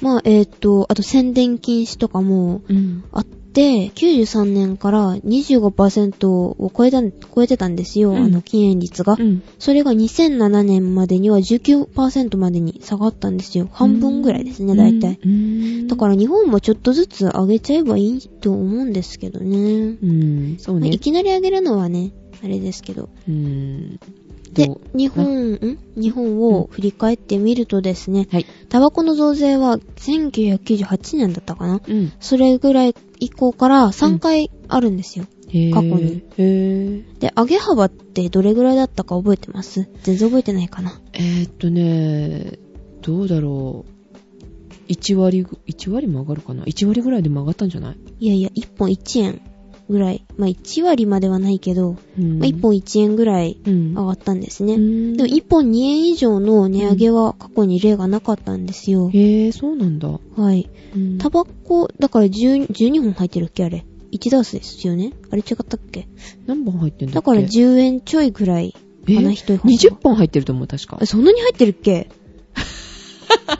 Speaker 2: まあ、えっ、と、あと宣伝禁止とかも
Speaker 1: うん。
Speaker 2: あって、93年から25%を超えたん、超えてたんですよ、
Speaker 1: うん
Speaker 2: あの、禁煙率が。
Speaker 1: うん。
Speaker 2: それが2007年までには19%までに下がったんですよ。半分ぐらいですね、大体。
Speaker 1: うん。
Speaker 2: だから日本もちょっとずつ上げちゃえばいいと思うんですけどね。
Speaker 1: ら、うん。そう
Speaker 2: まあ
Speaker 1: ね
Speaker 2: い。きなり上げるのはね、あれですけど。
Speaker 1: うん。
Speaker 2: で
Speaker 1: どう、
Speaker 2: 日本、ん日本を振り返ってみるとですね、
Speaker 1: はい。
Speaker 2: タバコの増税は1998年だったかな
Speaker 1: うん。
Speaker 2: それぐらい以降から3回あるんですよ。
Speaker 1: へー
Speaker 2: 過去に。
Speaker 1: へー
Speaker 2: で、上げ幅ってどれぐらいだったか覚えてます全然覚えてないかな。
Speaker 1: えーっとね、どうだろう。1割ぐ、1割も上がるかな ?1 割ぐらいでも上がったんじゃない
Speaker 2: いやいや、1本1円ぐらい。まあ1割まではないけど、
Speaker 1: うん
Speaker 2: まあ1本1円ぐらい
Speaker 1: うん。
Speaker 2: 上がったんです
Speaker 1: う
Speaker 2: ね。
Speaker 1: ん
Speaker 2: でも1本2円以上の値上げは過去に例がなかったんですよ。
Speaker 1: へえ、そうなんだ。
Speaker 2: はい。
Speaker 1: うん
Speaker 2: タバコ、だから10 12本入ってるっけあれ。1ダースですよねあれ違ったっけ
Speaker 1: 何本入ってんだ
Speaker 2: だ
Speaker 1: っけ
Speaker 2: から10円ちょいぐらい
Speaker 1: え
Speaker 2: かな、一本。
Speaker 1: 20本入ってると思う、確か
Speaker 2: あ。そんなに入ってるっ
Speaker 1: *laughs*
Speaker 2: け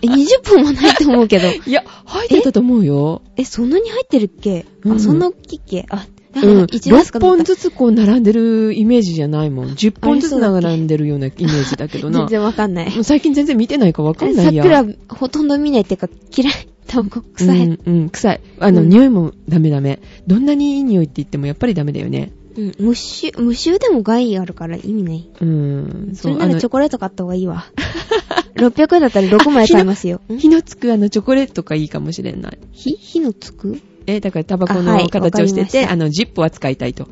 Speaker 2: え、20本はないと思うけど。
Speaker 1: いや、入ってたと思うよ。
Speaker 2: え、そんなに入ってるっけ、
Speaker 1: うん
Speaker 2: あ、そんな大きいっけあ、
Speaker 1: う
Speaker 2: なん
Speaker 1: ん、
Speaker 2: か一番少
Speaker 1: 6
Speaker 2: なかっ
Speaker 1: 本
Speaker 2: た
Speaker 1: ずつこう並んでるイメージじゃないもん。10本ず
Speaker 2: あ
Speaker 1: つ
Speaker 2: れそうだっけ
Speaker 1: 並んでるようなイメージだけどな。
Speaker 2: 全然わかんない
Speaker 1: も。う最近全然見てないかわかんないや。
Speaker 2: 桜、ほとんど見ないっていうか、嫌い。 *laughs* タバコ臭い。
Speaker 1: うん、うん、臭い。あの、
Speaker 2: うん
Speaker 1: 匂いもダメダメ。どんなにいい匂いって言ってもやっぱりダメだよね。
Speaker 2: うん。無臭、無臭でも害あるから意味ない。
Speaker 1: うん。
Speaker 2: それな
Speaker 1: あ
Speaker 2: ら
Speaker 1: の
Speaker 2: チョコレート買った方がいいわ。600円だったら6枚買いま
Speaker 1: *laughs*
Speaker 2: すよ。ん
Speaker 1: 火のつくあのチョコレートとかいいかもしれない。
Speaker 2: 火火のつく
Speaker 1: え、だからタバコ
Speaker 2: あはい
Speaker 1: の形をしてて、
Speaker 2: わかりまし
Speaker 1: あ,、
Speaker 2: た
Speaker 1: の、ジップは使いたいと。
Speaker 2: は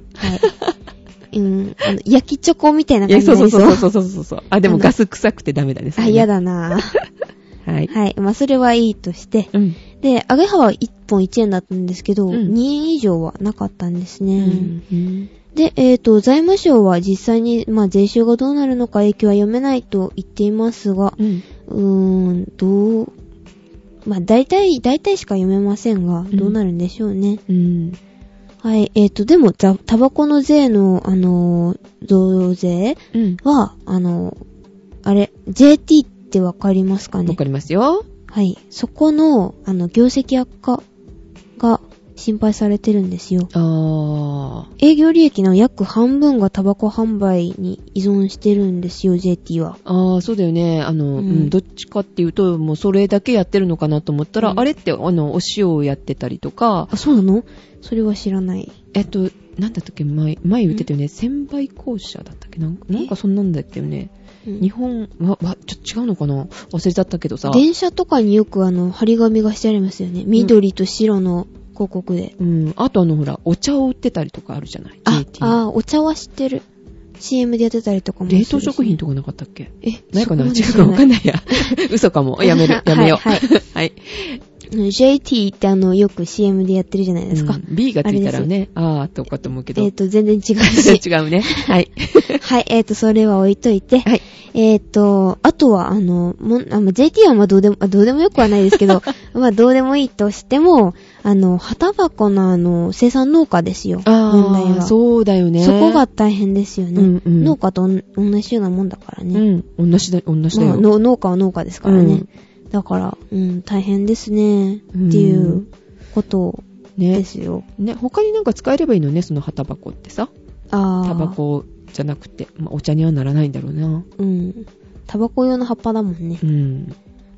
Speaker 2: い。 *laughs* うん、あの焼きチョコみたいない
Speaker 1: や
Speaker 2: 感じ
Speaker 1: そう
Speaker 2: に
Speaker 1: そう
Speaker 2: なりそう。
Speaker 1: そうそうそうそうそう。あ、で
Speaker 2: あ
Speaker 1: も
Speaker 2: の
Speaker 1: ガス臭くてダメだね。そ
Speaker 2: あ、
Speaker 1: れね
Speaker 2: 嫌。だなぁ。
Speaker 1: はい。
Speaker 2: はい。まあ、それはいいとして。
Speaker 1: うん。
Speaker 2: で、アゲハは1本1円だったんですけど、
Speaker 1: うん
Speaker 2: 2円以上はなかったんです
Speaker 1: う
Speaker 2: ね。
Speaker 1: ん。
Speaker 2: で、えっ、と、財務省は実際に、まあ、税収がどうなるのか影響は読めないと言っていますが、
Speaker 1: うん。
Speaker 2: うーん、どう、まあ、大体、大体しか読めませんが、
Speaker 1: ん
Speaker 2: どうなるんでしょうね。
Speaker 1: うん。
Speaker 2: はい、えっ、と、でも、ざタバコの税の、あのー、増税
Speaker 1: うん。
Speaker 2: は、あのー、あれ、JT ってわかりますか
Speaker 1: わ
Speaker 2: ね
Speaker 1: かりますよ。
Speaker 2: はい。そこの、あの、業績悪化が心配されてるんですよ。
Speaker 1: あ
Speaker 2: 営業利益の約半分がタバコ販売に依存してるんですよ、JT は。
Speaker 1: ー。あー、そうだよね。あの、
Speaker 2: う
Speaker 1: うんん、どっちかっていうと、もうそれだけやってるのかなと思ったら、
Speaker 2: うん
Speaker 1: あれって、あの、お塩をやってたりとか、
Speaker 2: あ、そうなのそれは知らない。
Speaker 1: えっと、なんだったっけ、前、前言ってたよね。千倍校舎だったっけなんかなんかそんなんだったよね。日本は、わちょっと違うのかな忘れちゃったけどさ。
Speaker 2: 電車とかによくあの、張り紙がしてありますよね。緑と白の広告で。
Speaker 1: うん。あとあの、ほら、お茶を売ってたりとかあるじゃない
Speaker 2: あ
Speaker 1: JT、
Speaker 2: あー、お茶は知ってる。CM でやってたりとかもする
Speaker 1: 冷
Speaker 2: し
Speaker 1: 凍食品とかなかったっけ
Speaker 2: え、
Speaker 1: ないかな違
Speaker 2: そこ
Speaker 1: うか
Speaker 2: まで知ら
Speaker 1: わかんないや。嘘かも。やめる。やめよう。
Speaker 2: はいは
Speaker 1: *laughs* はい。
Speaker 2: JT ってあの、よく CM でやってるじゃないですか。
Speaker 1: うん B がついたらね、あーとかと思うけど。
Speaker 2: えっ、と、全然違う
Speaker 1: *laughs*
Speaker 2: し。
Speaker 1: 違うね。はい。
Speaker 2: はい、えっ、と、それは置いといて。
Speaker 1: はい。
Speaker 2: えっ、と、あとは、あの、もんあまあ JT はまあどうでも、あどうでもよくはないです
Speaker 1: *laughs*
Speaker 2: けど、まあどうでもいいとしても、あの、葉タバコのあの、生産農家ですよ。問題
Speaker 1: あー、
Speaker 2: は。
Speaker 1: そうだよね。
Speaker 2: そこが、大変ですよね。
Speaker 1: うんうん
Speaker 2: 農家とおん同じようなもんだから
Speaker 1: う
Speaker 2: ね。
Speaker 1: ん。同じだ、同じだ
Speaker 2: まあ、
Speaker 1: よ。
Speaker 2: の農家は農家ですからね。
Speaker 1: うん
Speaker 2: だから、うん、大変ですね。って
Speaker 1: うん
Speaker 2: いうことで
Speaker 1: ね。
Speaker 2: すよ。
Speaker 1: ね、他になんか使えればいいのね、その葉タバコってさ。
Speaker 2: ああ。
Speaker 1: タバ。コじゃなくて、まあ、お茶にはならないんだろうな。
Speaker 2: うん。タバコ用の葉っぱだもんね。
Speaker 1: うん。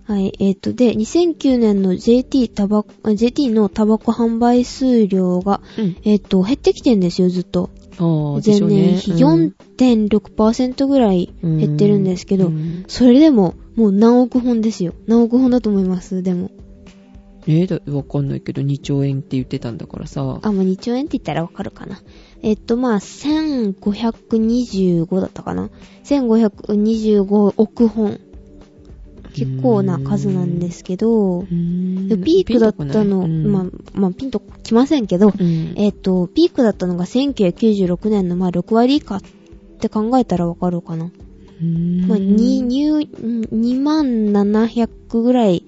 Speaker 2: はい。えっ、と、で、2009年の JT タバコ、あ JT のタバコ販売数量が、
Speaker 1: うん。
Speaker 2: えっ、と、減ってきてんですよ、ずっと。
Speaker 1: ああ、で
Speaker 2: 前
Speaker 1: しょう
Speaker 2: 年
Speaker 1: ね。
Speaker 2: 比4.6%ぐらい
Speaker 1: うん
Speaker 2: 減ってるんですけど、
Speaker 1: うん
Speaker 2: それでも、もう何億本ですよ。何億本だと思います、でも。
Speaker 1: えーだわかんないけど、2兆円って言ってたんだからさ。
Speaker 2: あ、もう2兆円って言ったらわかるかな。えっと、まあ、1525だったかな。1525億本。結構な数なんですけど、
Speaker 1: うん
Speaker 2: ピークだったの、
Speaker 1: うん
Speaker 2: まあ、まあ、ピンときませんけど、
Speaker 1: うん
Speaker 2: えっと、ピークだったのが1996年の、まあ、6割以下って考えたらわかるかな。ま
Speaker 1: ま
Speaker 2: あ、2、入、2万700ぐらい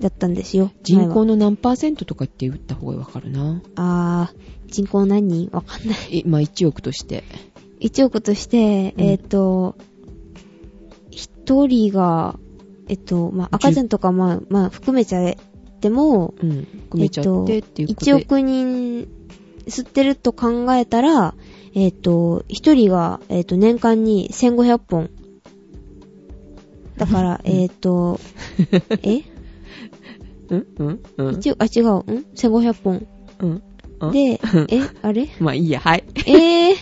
Speaker 2: だったんですよ。前
Speaker 1: 人
Speaker 2: は
Speaker 1: 口の何パーセントとかって言った方がわかるな。
Speaker 2: あー、人口何人わかんない。 *laughs*
Speaker 1: えまあ1億として。
Speaker 2: 1億として、
Speaker 1: うん
Speaker 2: えっ、と、1人が、えっ、と、まあ、赤ちゃんとか、まあ、まあ、含めちゃっても、
Speaker 1: うん。含めちゃってっていうことで。
Speaker 2: 1億人吸ってると考えたら、えっ、と、1人が、えっ、と、年間に1500本。だから、えっと、
Speaker 1: *laughs*
Speaker 2: え
Speaker 1: うんうんうん。
Speaker 2: 一応あ、違う。ん ?1500 本。
Speaker 1: うん。うん *laughs*
Speaker 2: で、え、あれ
Speaker 1: まあいいや、はい。 *laughs*
Speaker 2: えー、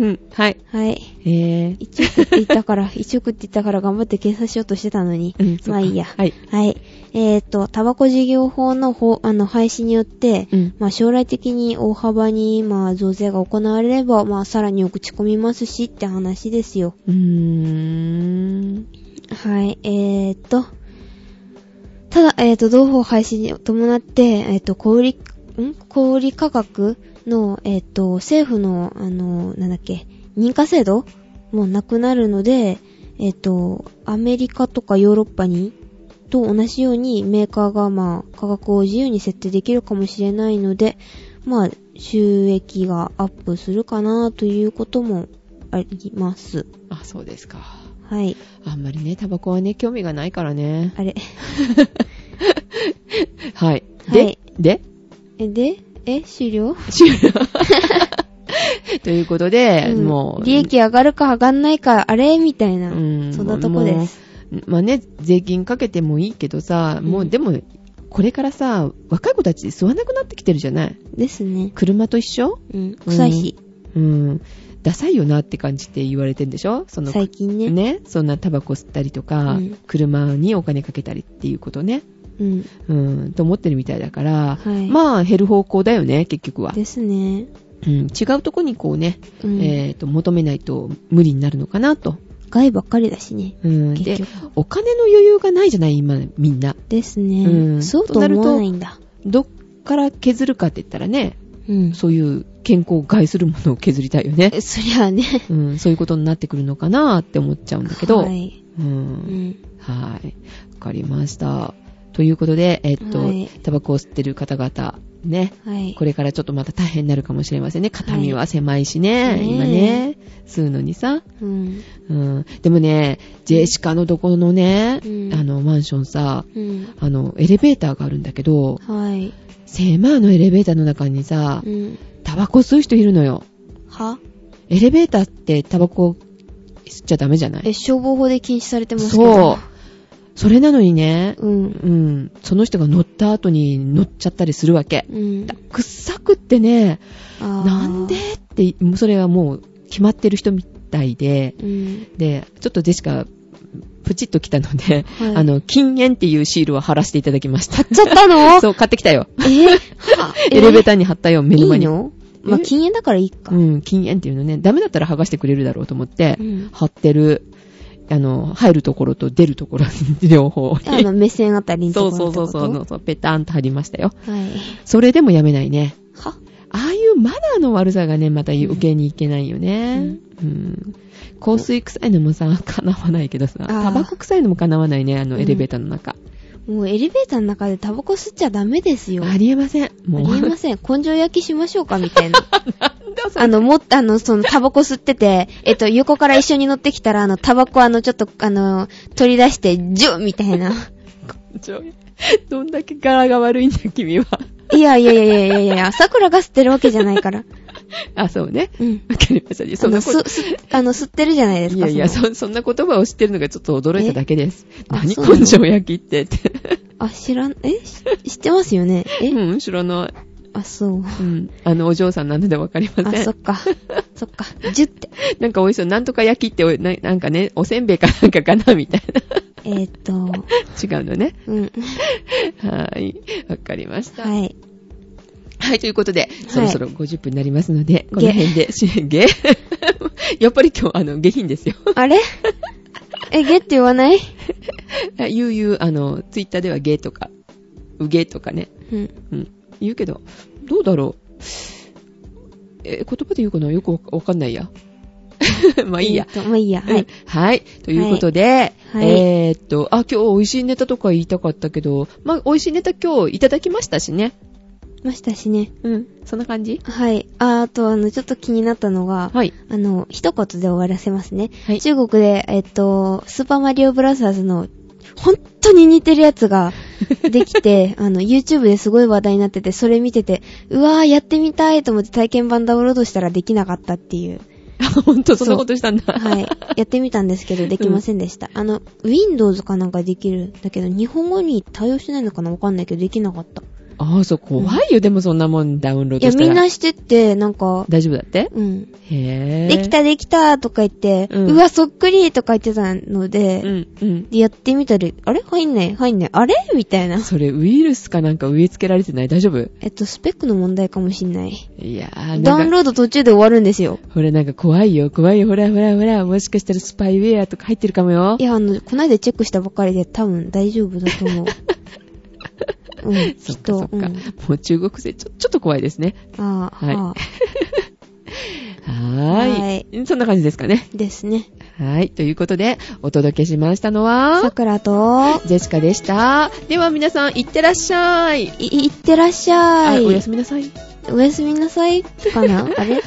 Speaker 1: うん、はい。
Speaker 2: はい。
Speaker 1: へえ。
Speaker 2: 1億って言っ
Speaker 1: *laughs*
Speaker 2: たから、1億って言ったから頑張って計算しようとしてたのに。
Speaker 1: うん、そうか
Speaker 2: まあいいや
Speaker 1: はい。
Speaker 2: はい。えっ、と、タバコ事業法の法あの廃止によって、
Speaker 1: うん。
Speaker 2: まあ将来的に大幅に、まあ増税が行われれば、まあさらに落ち込みますしって話ですよ。
Speaker 1: うーん。
Speaker 2: はい。えっ、と、ただ、えっ、と、同法廃止に伴って、えっ、と、小売り、ん小売価格の、えっ、と、政府の、あの、なんだっけ、認可制度もなくなるので、えっ、と、アメリカとかヨーロッパに、と同じようにメーカーが、まあ、価格を自由に設定できるかもしれないので、まあ、収益がアップするかなということもあります。
Speaker 1: あ、そうですか。
Speaker 2: はい。
Speaker 1: あんまりね、タバコはね、興味がないからね。
Speaker 2: あれ。
Speaker 1: *laughs* はい。
Speaker 2: はい
Speaker 1: で、で、
Speaker 2: え、で、え、終了
Speaker 1: 終了。 *laughs* ということで、
Speaker 2: うん
Speaker 1: もう。
Speaker 2: 利益上がるか上がんないか、あれみたいな。
Speaker 1: うん
Speaker 2: そんなとこです。
Speaker 1: まあね、税金かけてもいいけどさ、
Speaker 2: うん
Speaker 1: もうでも、これからさ、若い子たち吸わなくなってきてるじゃない
Speaker 2: ですね。
Speaker 1: 車と一緒
Speaker 2: うん。臭いし、
Speaker 1: うん。ダサいよなって感じって言われてんでしょその、
Speaker 2: 最近ね。
Speaker 1: ね、そんなタバコ吸ったりとか、
Speaker 2: うん
Speaker 1: 車にお金かけたりっていうことね。
Speaker 2: うん。
Speaker 1: うん、と思ってるみたいだから、
Speaker 2: はい
Speaker 1: まあ減る方向だよね、結局は。
Speaker 2: ですね。
Speaker 1: うん、違うとこにこうね、
Speaker 2: うん
Speaker 1: えっ、と、求めないと無理になるのかなと。
Speaker 2: 害ばっかりだしね。
Speaker 1: うん、で
Speaker 2: 結、局。
Speaker 1: お金の余裕がないじゃない、今、みんな。
Speaker 2: ですね。
Speaker 1: うん
Speaker 2: そうと思わないんだ。
Speaker 1: どっから削るかって言ったらね、
Speaker 2: うん。
Speaker 1: そういう健康を害するものを削りたいよね。
Speaker 2: えそりゃあね。
Speaker 1: うん、そういうことになってくるのかなって思っちゃうんだけど。
Speaker 2: はい。
Speaker 1: う。
Speaker 2: うんん。
Speaker 1: はい。わかりました。ということで、えっと、
Speaker 2: はい
Speaker 1: タバコを吸ってる方々、ね。
Speaker 2: はい。
Speaker 1: これからちょっとまた大変になるかもしれませんね。肩身は狭いしね。
Speaker 2: はい
Speaker 1: 今ね。吸うのにさ。
Speaker 2: うん。
Speaker 1: うん。でもね、ジェシカのとこのね、
Speaker 2: うん
Speaker 1: あの、マンションさ、
Speaker 2: うん。
Speaker 1: あの、エレベーターがあるんだけど、
Speaker 2: はい。
Speaker 1: 狭いのエレベーターの中にさ
Speaker 2: う、ん。
Speaker 1: タバコ吸う人いるのよ。
Speaker 2: は
Speaker 1: エレベーターってタバコ吸っちゃダメじゃない
Speaker 2: え、消防法で禁止されてますけ
Speaker 1: そ
Speaker 2: ど。
Speaker 1: う。それなのにね、
Speaker 2: う。うん。
Speaker 1: うん、その人が乗った後に乗っちゃったりするわけ。
Speaker 2: うん。
Speaker 1: くっさくってね、
Speaker 2: あー
Speaker 1: なんでって、それはもう決まってる人みたいで、
Speaker 2: うん。
Speaker 1: で、ちょっとジェシカ、プチッと来たので、
Speaker 2: はい
Speaker 1: あの、禁煙っていうシールを貼らせていただきました。
Speaker 2: ちゃった
Speaker 1: *laughs*
Speaker 2: の
Speaker 1: そう、買ってきたよ。
Speaker 2: えは
Speaker 1: エレベー
Speaker 2: ー
Speaker 1: ターに貼ったよ、目
Speaker 2: い
Speaker 1: の前
Speaker 2: い
Speaker 1: に。
Speaker 2: のまあ、
Speaker 1: え
Speaker 2: 禁煙だからいいか。
Speaker 1: うん、禁煙っていうのね、ダメだったら剥がしてくれるだろうと思って、
Speaker 2: うん
Speaker 1: 貼ってる、あの、入るところと出るところ、両方
Speaker 2: あの、目線あたりに。
Speaker 1: そうそうそうそううそう、ペタンと貼りましたよ。
Speaker 2: はい。
Speaker 1: それでもやめないね。
Speaker 2: は
Speaker 1: ああいうマナーの悪さがね、また余計にいけないよね。うん。香水臭いのもさ、叶わないけどさ、
Speaker 2: あー
Speaker 1: タバコ臭いのも叶わないね、あの
Speaker 2: うん
Speaker 1: エレベーターの中。
Speaker 2: もうエレベーターの中でタバコ吸っちゃダメですよ。
Speaker 1: ありえません。もう。
Speaker 2: ありえません。根性焼きしましょうかみ
Speaker 1: *laughs*
Speaker 2: たいな。
Speaker 1: なんだそれ
Speaker 2: あの、もっと、あの、その、タバコ吸ってて、えっと、横から一緒に乗ってきたら、あの、タバコあの、ちょっと、あの、取り出して、ジュッみたいな。
Speaker 1: *laughs* ちょどんだけ柄が悪いんだ、君は。 *laughs*
Speaker 2: いやいやいやいやいやいや、桜が吸ってるわけじゃないから。
Speaker 1: あ、そうね。
Speaker 2: うん。
Speaker 1: わかりました。そ
Speaker 2: あ
Speaker 1: ん
Speaker 2: の、
Speaker 1: なこと
Speaker 2: す、。す、あの、吸ってるじゃないです
Speaker 1: い
Speaker 2: か。
Speaker 1: やいや
Speaker 2: その
Speaker 1: そ、そんな言葉を知ってるのがちょっと驚いただけです。
Speaker 2: あ
Speaker 1: 何
Speaker 2: そうなの
Speaker 1: 根性焼きってって。
Speaker 2: あ、知らん、え *laughs* し知ってますよね
Speaker 1: *laughs*
Speaker 2: え、
Speaker 1: うん、知らない。
Speaker 2: あ、
Speaker 1: *laughs*
Speaker 2: そう。
Speaker 1: うん。あの、お嬢さんなのでわかりま
Speaker 2: あ、
Speaker 1: せ
Speaker 2: そっ
Speaker 1: ん。 *laughs*
Speaker 2: か。そっか。ジュって。
Speaker 1: なんか美味しそう。なんとか焼きっておな、なんかね、おせんべいかなんかかなみたい
Speaker 2: えー、っと、
Speaker 1: な。違う *laughs* のね。
Speaker 2: うん。
Speaker 1: はい。わかりました。は。
Speaker 2: はいい。
Speaker 1: ということで、そろそろ50分になりますので、こ
Speaker 2: ゲ
Speaker 1: の辺で、 *laughs* しげやっぱり今日、あの、下品ですよ。 *laughs*
Speaker 2: あれ *laughs* え、ゲって言わない
Speaker 1: あ言う言う、あの、ツイッターではゲとか、うげとかね。
Speaker 2: うん。
Speaker 1: うん。言うけど、どうだろう。えー、言葉で言うかなよくわわかんないや。 *laughs* まあいいや
Speaker 2: え。ーっとまあいいや。は
Speaker 1: はいい。。はい。ということで、
Speaker 2: はい
Speaker 1: えーっと、あ、今日美味しいネタとか言いたかったけど、まあ、美味しいネタ今日いただきましたしね。
Speaker 2: ましたしね。
Speaker 1: うん。そんな感じ
Speaker 2: はい。あ、あと、あの、ちょっと気になったのが、
Speaker 1: はい。
Speaker 2: あの、一言で終わらせますね。
Speaker 1: はい
Speaker 2: 中国で、えっと、スーパーマリオブラザーズの、本当に似てるやつができ *laughs* て、あの、YouTube ですごい話題になってて、それ見てて、うわー、やってみたいと思って体験版ダウンロードしたらできなかったっていう。
Speaker 1: *laughs* あ、ほんと、そんなことしたんだ。
Speaker 2: はい。やってみたんですけど、できませんでした。あの、Windows かなんかできるんだけど、日本語に対応してないのかなわかんないけど、できなかった。
Speaker 1: ああ、そう、怖いよ。でもそんなもんダウンロー
Speaker 2: い
Speaker 1: ド
Speaker 2: や、
Speaker 1: したら。
Speaker 2: みんなしてって、なんか、
Speaker 1: 大丈夫だって
Speaker 2: うん。
Speaker 1: へぇ
Speaker 2: できたできたとか言って、
Speaker 1: う
Speaker 2: うんわ、そっくりとか言ってたので、
Speaker 1: うん、うん。
Speaker 2: で、やってみたら、あれ入んない入んないあれみたいな。
Speaker 1: それ、ウイルスかなんか植え付けられてない大丈夫
Speaker 2: えっと、スペックの問題かもしんない。
Speaker 1: いやー、
Speaker 2: ダウ
Speaker 1: なん
Speaker 2: ン
Speaker 1: か、
Speaker 2: ロード途中で終わるんですよ。
Speaker 1: ほら、なんか怖いよ、怖いよ、ほら、ほら、ほら、もしかしたらスパイウェアとか入ってるかもよ
Speaker 2: い。や、あの、こないだチェックしたばっかりで多分大丈夫だ
Speaker 1: *laughs*
Speaker 2: と思う。うん、
Speaker 1: そ
Speaker 2: き
Speaker 1: っ
Speaker 2: っ
Speaker 1: かそ
Speaker 2: と
Speaker 1: っ。
Speaker 2: うん、
Speaker 1: か。もう中国製、ちょ、ちょっと怖いですね。
Speaker 2: ああ、
Speaker 1: はい
Speaker 2: あ
Speaker 1: はーい。そんな感じですかね。
Speaker 2: あですね。
Speaker 1: はい。ということで、お届けしましたの
Speaker 2: さ
Speaker 1: は、
Speaker 2: くらと、
Speaker 1: ジェシカでした。では皆さん、いってらっしゃい。
Speaker 2: い、いってらっしゃ
Speaker 1: あ
Speaker 2: い。
Speaker 1: おやすみなさい。
Speaker 2: おやすみなさいかなあれ